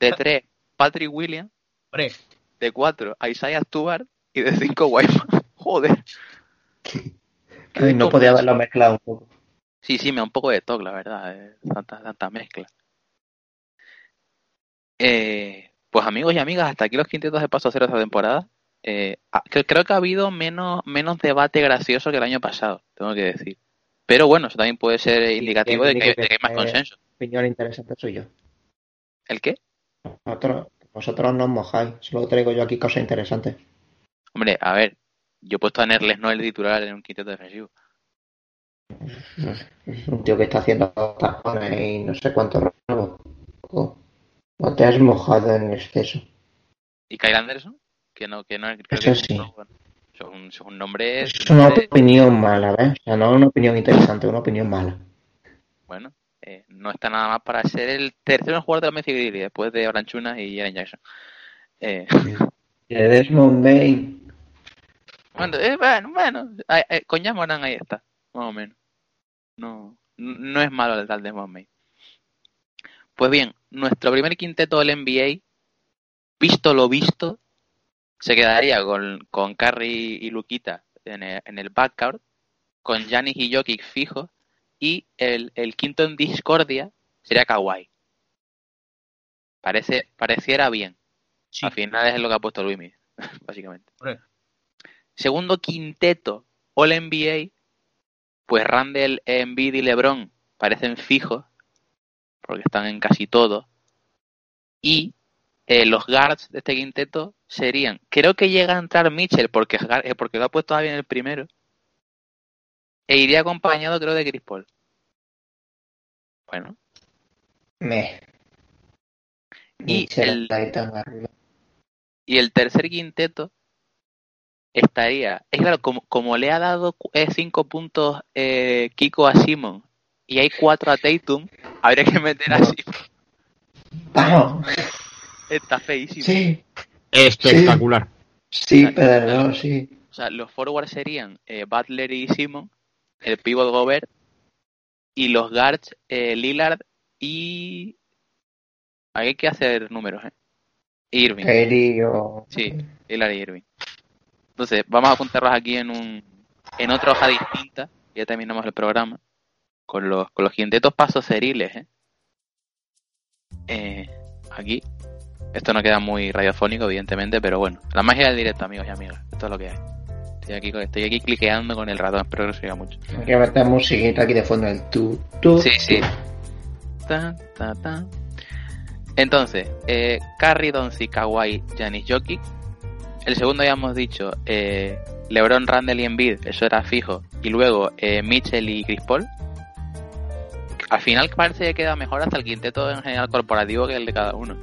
Speaker 1: De 3, Patrick Williams.
Speaker 2: Hombre,
Speaker 1: De 4, Isaiah Stewart. Y de 5, Wyman. <laughs> Joder.
Speaker 3: Ay, no podía haberlo mezclado un poco.
Speaker 1: Sí, sí, me da un poco de toque, la verdad, eh, tanta, tanta mezcla. Eh, pues amigos y amigas, hasta aquí los quintetos de paso cero de esta temporada. Eh, ah, cre- creo que ha habido menos, menos debate gracioso que el año pasado, tengo que decir. Pero bueno, eso también puede ser indicativo de que,
Speaker 3: tiene que
Speaker 1: de que hay más
Speaker 3: ser-
Speaker 1: consenso.
Speaker 3: Opinión interesante suyo.
Speaker 1: ¿El qué?
Speaker 3: Vosotros, vosotros no os mojáis, solo traigo yo aquí cosas interesantes.
Speaker 1: Hombre, a ver, yo he puesto a Nerles no el titular en un quinteto defensivo.
Speaker 3: Es un tío que está haciendo tapones y no sé cuántos robos. O, o te has mojado en exceso.
Speaker 1: ¿Y Kyle Anderson? Que no, que no creo
Speaker 3: Eso
Speaker 1: que
Speaker 3: sí.
Speaker 1: no, bueno, eso es un, eso es un nombre.
Speaker 3: Es una opinión mala, ¿ves? O sea, no una opinión interesante, una opinión mala.
Speaker 1: Bueno, eh, no está nada más para ser el tercer jugador de la Messi Grizzly después de Oranchunas y Jaren Jackson. Eh,
Speaker 3: De Desmond Bain.
Speaker 1: bueno, eh, bueno, bueno, ay, ay, con Jan Moran ahí está, más o menos. No, n- no es malo el tal de May. Pues bien, nuestro primer quinteto del NBA, visto lo visto, se quedaría con, con Curry y Luquita en el, en el backcourt, con Giannis y Jokic fijos, y el, el quinto en discordia sería Kawhi. Parece, pareciera bien.
Speaker 2: Sí.
Speaker 1: Al final es lo que ha puesto Luimi, <laughs> básicamente.
Speaker 2: Hombre.
Speaker 1: Segundo quinteto, All NBA, pues Randall, Embiid y LeBron parecen fijos, porque están en casi todo. Y eh, los guards de este quinteto serían, creo que llega a entrar Mitchell porque, gar- eh, porque lo ha puesto bien el primero. E iría acompañado, creo, de Chris Paul. Bueno,
Speaker 3: Meh.
Speaker 1: Y
Speaker 3: Mitchell,
Speaker 1: el-
Speaker 3: Tatum, Garland.
Speaker 1: y el tercer quinteto estaría. Es claro, como, como le ha dado cu- eh, cinco puntos eh, Kiko a Simon y hay cuatro a Tatum, habría que meter a
Speaker 3: No.
Speaker 1: Simon.
Speaker 3: Vamos.
Speaker 1: Está feísimo.
Speaker 3: Sí,
Speaker 4: Espectacular.
Speaker 3: sí,
Speaker 1: Exacto.
Speaker 3: pero no, sí.
Speaker 1: O sea, los forwards serían eh, Butler y Simon, el pivot Gobert y los guards eh, Lillard y. Hay que hacer números, ¿eh? Irving.
Speaker 3: Kairi o.
Speaker 1: Sí, Lillard y Irving. Entonces, vamos a apuntarlos aquí en un en otra hoja distinta. Ya terminamos el programa. Con los, con los quintetos pasos seriles, ¿eh? Eh, Aquí. Esto no queda muy radiofónico, evidentemente, pero bueno. La magia del directo, amigos y amigas. Esto es lo que hay. Estoy aquí, con- estoy aquí cliqueando con el ratón, espero que no se oiga mucho.
Speaker 3: Hay que meter musiquita aquí de fondo, el tú, tú.
Speaker 1: Sí, sí. Tan, tan, tan. Entonces, eh, Curry, Doncic, Kawhi, Giannis, Jokic. El segundo ya hemos dicho, eh, LeBron, Randall y Embiid, eso era fijo. Y luego eh, Mitchell y Chris Paul. Al final parece que queda mejor hasta el quinteto en general corporativo que el de cada uno.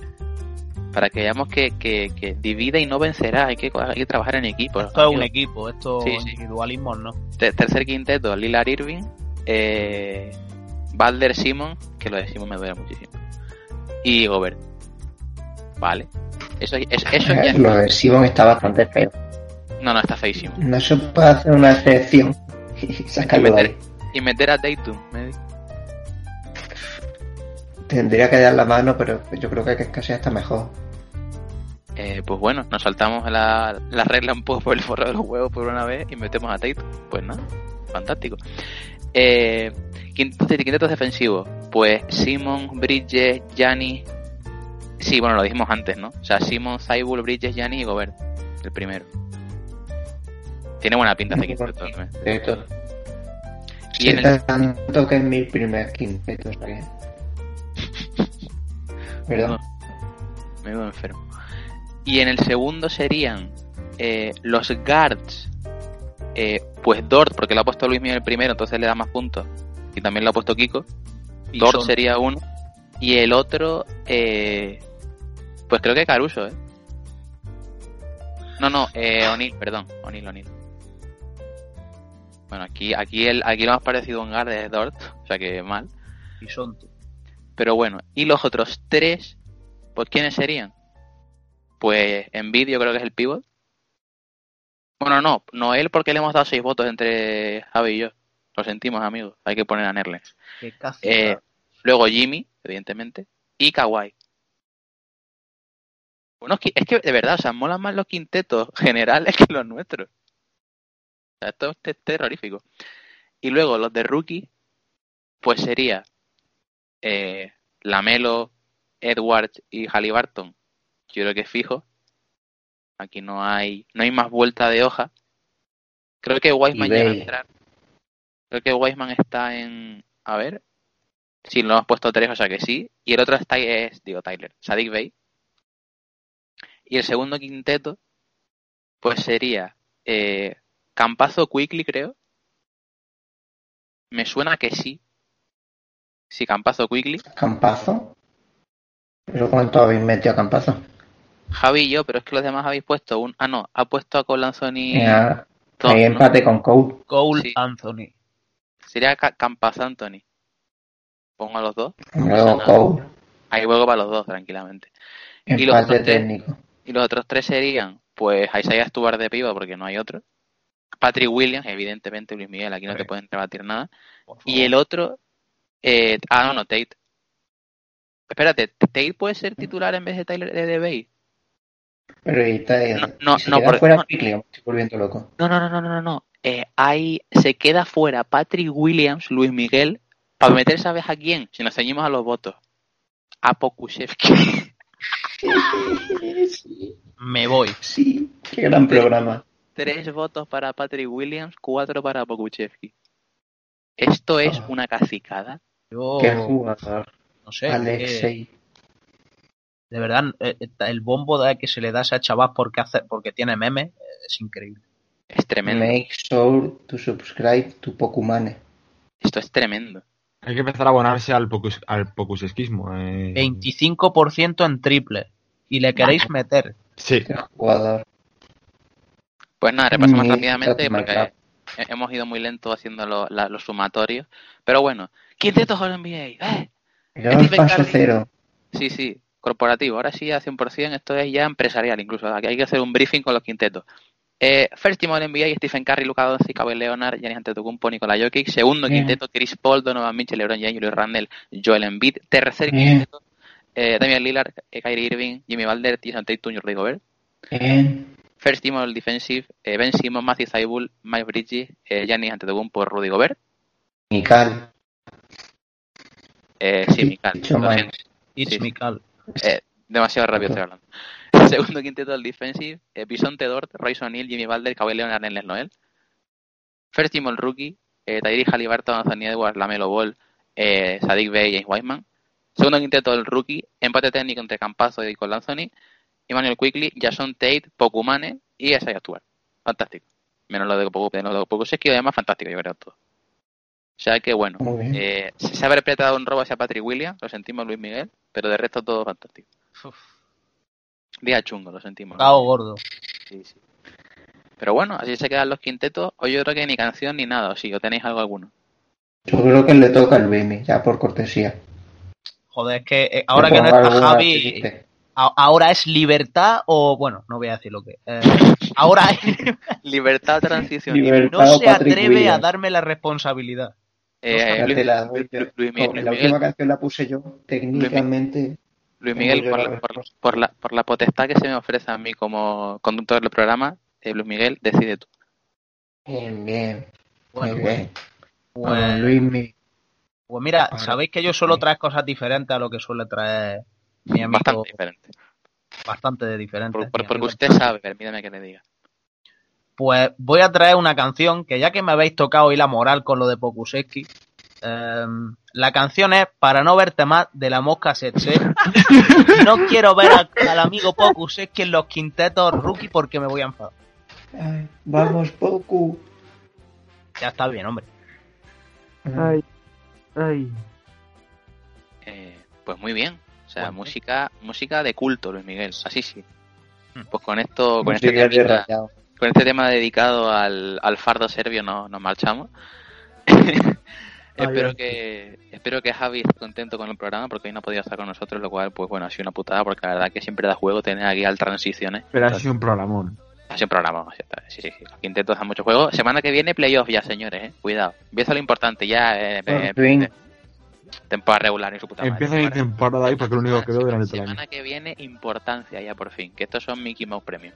Speaker 1: Para que veamos que, que, que divide y no vencerá, hay que, hay que trabajar en equipo.
Speaker 2: Esto es un
Speaker 1: amigos.
Speaker 2: equipo, esto
Speaker 1: Sí, sí.
Speaker 2: individualismo no.
Speaker 1: Te- tercer quinteto, Lillard Irving, eh, Balder Simon, que lo de Simon me duele muchísimo, y Gobert. Vale. Eso, eso, eso ya-
Speaker 3: Eh, Lo de Simon está bastante feo.
Speaker 1: No, no, está feísimo.
Speaker 3: No se puede hacer una excepción y <laughs> sacarlo de ahí.
Speaker 1: Y meter a Tatum. me-
Speaker 3: Tendría que dar la mano, pero yo creo que casi hasta mejor.
Speaker 1: eh, pues bueno, nos saltamos la, la regla un poco por el forro de los huevos por una vez y metemos a Tatum. Pues nada, fantástico. Eh, quintetos, quintetos defensivos. Pues Simon, Bridges, Gianni. Sí, bueno, lo dijimos antes, ¿no? O sea, Simon, Zaibul, Bridges, Gianni y Gobert. El primero. Tiene buena pinta este quinteto también.
Speaker 3: Esto.
Speaker 1: Y en el,
Speaker 3: tanto que es mi primer quinteto, o
Speaker 1: <laughs>
Speaker 3: sea que- Perdón.
Speaker 1: Me veo enfermo. Y en el segundo serían eh, los guards. eh, pues Dort, porque lo ha puesto Luis Miguel el primero, entonces le da más puntos. Y también lo ha puesto Kiko.
Speaker 2: Y
Speaker 1: Dort
Speaker 2: son-
Speaker 1: sería uno. Y el otro, eh, pues creo que Caruso, ¿eh? No, no, eh, O'Neill, perdón. O'Neill, O'Neill. Bueno, aquí, aquí, el, aquí lo más parecido a un guard es Dort, o sea que mal.
Speaker 2: y son-
Speaker 1: Pero bueno, ¿y los otros tres? Pues ¿quiénes serían? Pues Envid yo creo que es el pivot. Bueno, no, no él porque le hemos dado seis votos entre Javi y yo. Lo sentimos, amigos. Hay que poner a Nerle.
Speaker 2: qué caza.
Speaker 1: Eh, luego Jimmy, evidentemente, y Kawhi. Bueno, es que, es que de verdad, o sea, molan más los quintetos <laughs> generales que los nuestros. O sea, esto es te- terrorífico. Y luego los de rookie, pues sería eh, Lamelo, Edwards y Halliburton. Yo creo que es fijo. Aquí no hay, no hay más vuelta de hoja. Creo que Wiseman
Speaker 3: Y
Speaker 1: llega a
Speaker 3: Bale.
Speaker 1: entrar. Creo que Wiseman está en. A ver. Sí, lo hemos puesto tres, o sea que sí. Y el otro está, es, digo, Tyler, Sadik Bay. Y el segundo quinteto, pues sería eh, Campazo Quickly, creo. Me suena que sí. Sí, Campazo Quickly.
Speaker 3: Campazo. ¿Pero cuánto habéis metido a Campazo?
Speaker 1: Javi y yo, pero es que los demás habéis puesto un. Ah, no, ha puesto a Cole Anthony.
Speaker 3: Ya,
Speaker 1: Tom,
Speaker 3: hay
Speaker 1: ¿no?
Speaker 3: empate con Cole.
Speaker 2: Cole
Speaker 1: sí.
Speaker 2: Anthony.
Speaker 1: Sería Ca- Campas Anthony. pongo a los dos.
Speaker 3: Luego
Speaker 1: nada.
Speaker 3: Cole,
Speaker 1: Hay hueco para los dos, tranquilamente. Y los
Speaker 3: empate
Speaker 1: dos de-
Speaker 3: técnico.
Speaker 1: Y los otros tres serían, pues Isaiah Stuart de piva, porque no hay otro. Patrick Williams, evidentemente, Luis Miguel, aquí no
Speaker 2: Hombre.
Speaker 1: te pueden rebatir nada.
Speaker 2: Por favor.
Speaker 1: Y el otro, eh, ah, no, no, Tate. Espérate, ¿Tate puede ser titular en vez de Tyler de Bay?
Speaker 3: Pero y está, eh,
Speaker 1: No, no,
Speaker 3: si
Speaker 1: no,
Speaker 3: queda
Speaker 1: porque-
Speaker 3: fuera
Speaker 1: no.
Speaker 3: Quickly, me estoy volviendo loco.
Speaker 1: No, no, no, no, no, no, no. Eh, hay, se queda fuera Patrick Williams, Luis Miguel, para meter, ¿sabes a quién? Si nos ceñimos a los votos. A Pokushevsky.
Speaker 2: Me voy.
Speaker 3: Sí, qué gran programa.
Speaker 1: <laughs> Tres votos para Patrick Williams, cuatro para Pokushevsky. Esto es
Speaker 3: Ah.
Speaker 1: una cacicada.
Speaker 2: Yo,
Speaker 3: Qué jugador.
Speaker 2: no sé. Oh. eh,
Speaker 3: Alexei.
Speaker 2: de verdad, eh, eh, el bombo da- que se le da a ese chaval porque, hace, porque tiene memes eh, es increíble.
Speaker 1: Es tremendo.
Speaker 3: Make sure to subscribe to Pokumane.
Speaker 1: Esto es tremendo.
Speaker 4: Hay que empezar a abonarse al pocus, al pocusesquismo. eh.
Speaker 2: 25% en triple. Y le queréis meter.
Speaker 4: Sí.
Speaker 3: Qué jugador.
Speaker 1: Pues nada, repasamos
Speaker 3: Ni-
Speaker 1: rápidamente
Speaker 3: Tottenham
Speaker 1: porque
Speaker 3: Club.
Speaker 1: he- hemos ido muy lento haciendo lo- la- los sumatorios. Pero bueno, quintetos All NBA. ¡eh!
Speaker 3: Mirad el
Speaker 1: Stephen
Speaker 3: paso
Speaker 1: Curry.
Speaker 3: cero.
Speaker 1: Sí, sí, corporativo. Ahora sí, a 100%, esto es ya empresarial incluso. Aquí hay que hacer un briefing con los quintetos. Eh, first team All NBA, Stephen Curry, Luka Doncic, Kawhi Leonard, Giannis Antetokounmpo, Nikola Jokic. Segundo
Speaker 3: Bien.
Speaker 1: quinteto, Chris Paul, Donovan Mitchell, LeBron James, Julius Randle, Joel Embiid. Tercer
Speaker 3: Bien.
Speaker 1: quinteto, eh, Damian Lillard, eh, Kyrie Irving, Jimmy Butler, Jason Tatum y Rudy Gobert.
Speaker 3: Bien.
Speaker 1: First Team All Defensive, eh, Ben Simmons, Matthew Thybulle, Mike Bridges, eh, Giannis Antetokounmpo, Rudy Gobert.
Speaker 3: Nical.
Speaker 1: Eh, sí, Mikael,
Speaker 3: Dicho
Speaker 1: lo
Speaker 3: mal.
Speaker 1: siento.
Speaker 2: It's
Speaker 1: Sí, sí.
Speaker 2: Mikal.
Speaker 1: Eh, demasiado rápido estoy hablando. <laughs> Segundo quinteto All Defensive, eh, Bisonte Dort, Royce O'Neal, Jimmy Balder, Kawhi Leonard, Nernes Noel. First Team All Rookie, eh, Tyrese Halliburton, Anthony Edwards, Lamelo Ball, eh, Sadiq Bey, James Wiseman. Segundo quinteto All Rookie, empate técnico entre Campazo y Cole Anthony, Emmanuel Quickly, Jason Tate, Pocumane y Isaiah Stewart. Fantástico. Menos lo de poco, menos lo de poco que además fantástico, yo creo todo. O sea que bueno,
Speaker 3: Muy bien.
Speaker 1: eh, se se ha perpetrado un robo hacia Patrick Williams, lo sentimos Luis Miguel, pero de resto todo fantástico.
Speaker 2: Uf.
Speaker 1: Día chungo, lo sentimos.
Speaker 2: Cao gordo.
Speaker 1: Sí, sí. Pero bueno, así se quedan los quintetos. Hoy yo creo que ni canción ni nada, o sí, o tenéis algo alguno.
Speaker 3: Yo creo que le toca al Bemi, ya por cortesía.
Speaker 2: Joder, es que eh, ahora
Speaker 3: Le
Speaker 2: que no
Speaker 3: pongo
Speaker 2: está
Speaker 3: alguna
Speaker 2: Javi,
Speaker 3: triste.
Speaker 2: a- ahora es libertad o, bueno, no voy a decir lo que. eh, ahora <laughs>
Speaker 1: Libertad transición.
Speaker 3: Libertad
Speaker 2: no
Speaker 3: o
Speaker 2: se
Speaker 3: Patrick
Speaker 2: atreve a
Speaker 3: Williams.
Speaker 2: darme la responsabilidad.
Speaker 1: Eh,
Speaker 3: Ya
Speaker 1: Luis,
Speaker 3: te la doy,
Speaker 1: Luis-
Speaker 3: ya.
Speaker 1: Luis- Luis Mi-
Speaker 3: Oh,
Speaker 1: Luis
Speaker 3: la
Speaker 1: Miguel,
Speaker 3: última canción la puse yo. Técnicamente,
Speaker 1: Luis
Speaker 3: tengo
Speaker 1: Miguel,
Speaker 3: yo
Speaker 1: por
Speaker 3: la
Speaker 1: la, por,
Speaker 3: respuesta.
Speaker 1: por la, por la potestad que se me ofrece a mí como conductor del programa, eh, Luis Miguel, decide tú.
Speaker 3: bien, bien.
Speaker 2: Bueno,
Speaker 3: muy bien.
Speaker 2: pues-
Speaker 3: Bueno, Luismi.
Speaker 2: Pues mira,
Speaker 3: Ahora-
Speaker 2: sabéis que yo suelo traer cosas diferentes a lo que suele traer mi amigo,
Speaker 1: Bastante diferente.
Speaker 2: bastante, de diferente.
Speaker 1: Por- por-
Speaker 2: mi
Speaker 1: porque
Speaker 2: amigo.
Speaker 1: usted sabe, permítame que le diga.
Speaker 2: Pues voy a traer una canción que ya que me habéis tocado hoy la moral con lo de Pokuseki, em, la canción es Para no verte más de la mosca Setse. no quiero ver a- al amigo Pokuseki en los quintetos rookie porque me voy a enfadar.
Speaker 3: Ay, Vamos, Poku.
Speaker 2: Ya está bien, hombre.
Speaker 5: Ay, ay.
Speaker 1: Eh, pues muy bien. O sea,
Speaker 2: Bueno.
Speaker 1: música música de culto, Luis Miguel. Así sí.
Speaker 2: Hmm.
Speaker 1: Pues con esto, con este
Speaker 3: Música de
Speaker 1: temita-
Speaker 3: rayado.
Speaker 1: con este tema dedicado al, al fardo serbio no, nos marchamos. <laughs> espero
Speaker 5: Adiós.
Speaker 1: que espero que Javi esté contento con el programa porque hoy no ha podido estar con nosotros, lo cual pues bueno, ha sido una putada porque la verdad que siempre da juego tener aquí al transiciones.
Speaker 4: Pero ha
Speaker 1: Entonces,
Speaker 4: sido un programón.
Speaker 1: ha sido un programa, o sea, está- sí, sí, sí. Los quintetos dan mucho juego. Semana que viene playoff ya, señores, eh. Cuidado. Empieza lo importante ya eh,
Speaker 3: Por
Speaker 1: eh,
Speaker 3: fin.
Speaker 1: eh, temporada regular y su puta madre.
Speaker 4: Empieza mi
Speaker 1: Ahora-
Speaker 4: temporada ahí porque lo único que veo durante el
Speaker 1: semana
Speaker 4: año.
Speaker 1: que viene, importancia ya por fin. Que estos son Mickey Mouse Premium.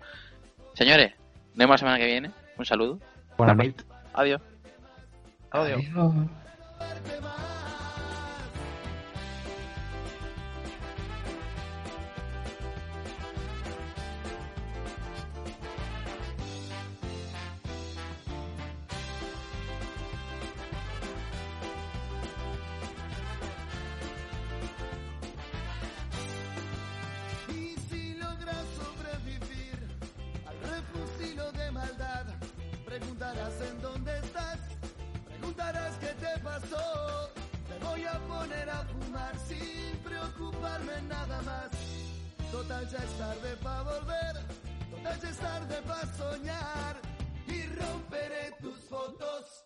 Speaker 1: Señores, nos vemos la semana que viene. Un saludo.
Speaker 4: Buenas noches.
Speaker 1: Adiós.
Speaker 2: Adiós.
Speaker 3: Adiós.
Speaker 6: Y si logras sobrevivir al refugio de maldad, preguntarás en dónde estás, preguntarás qué te pasó. Te voy a poner a fumar sin preocuparme nada más. Total ya es tarde para volver, total ya es tarde para soñar y romperé tus fotos.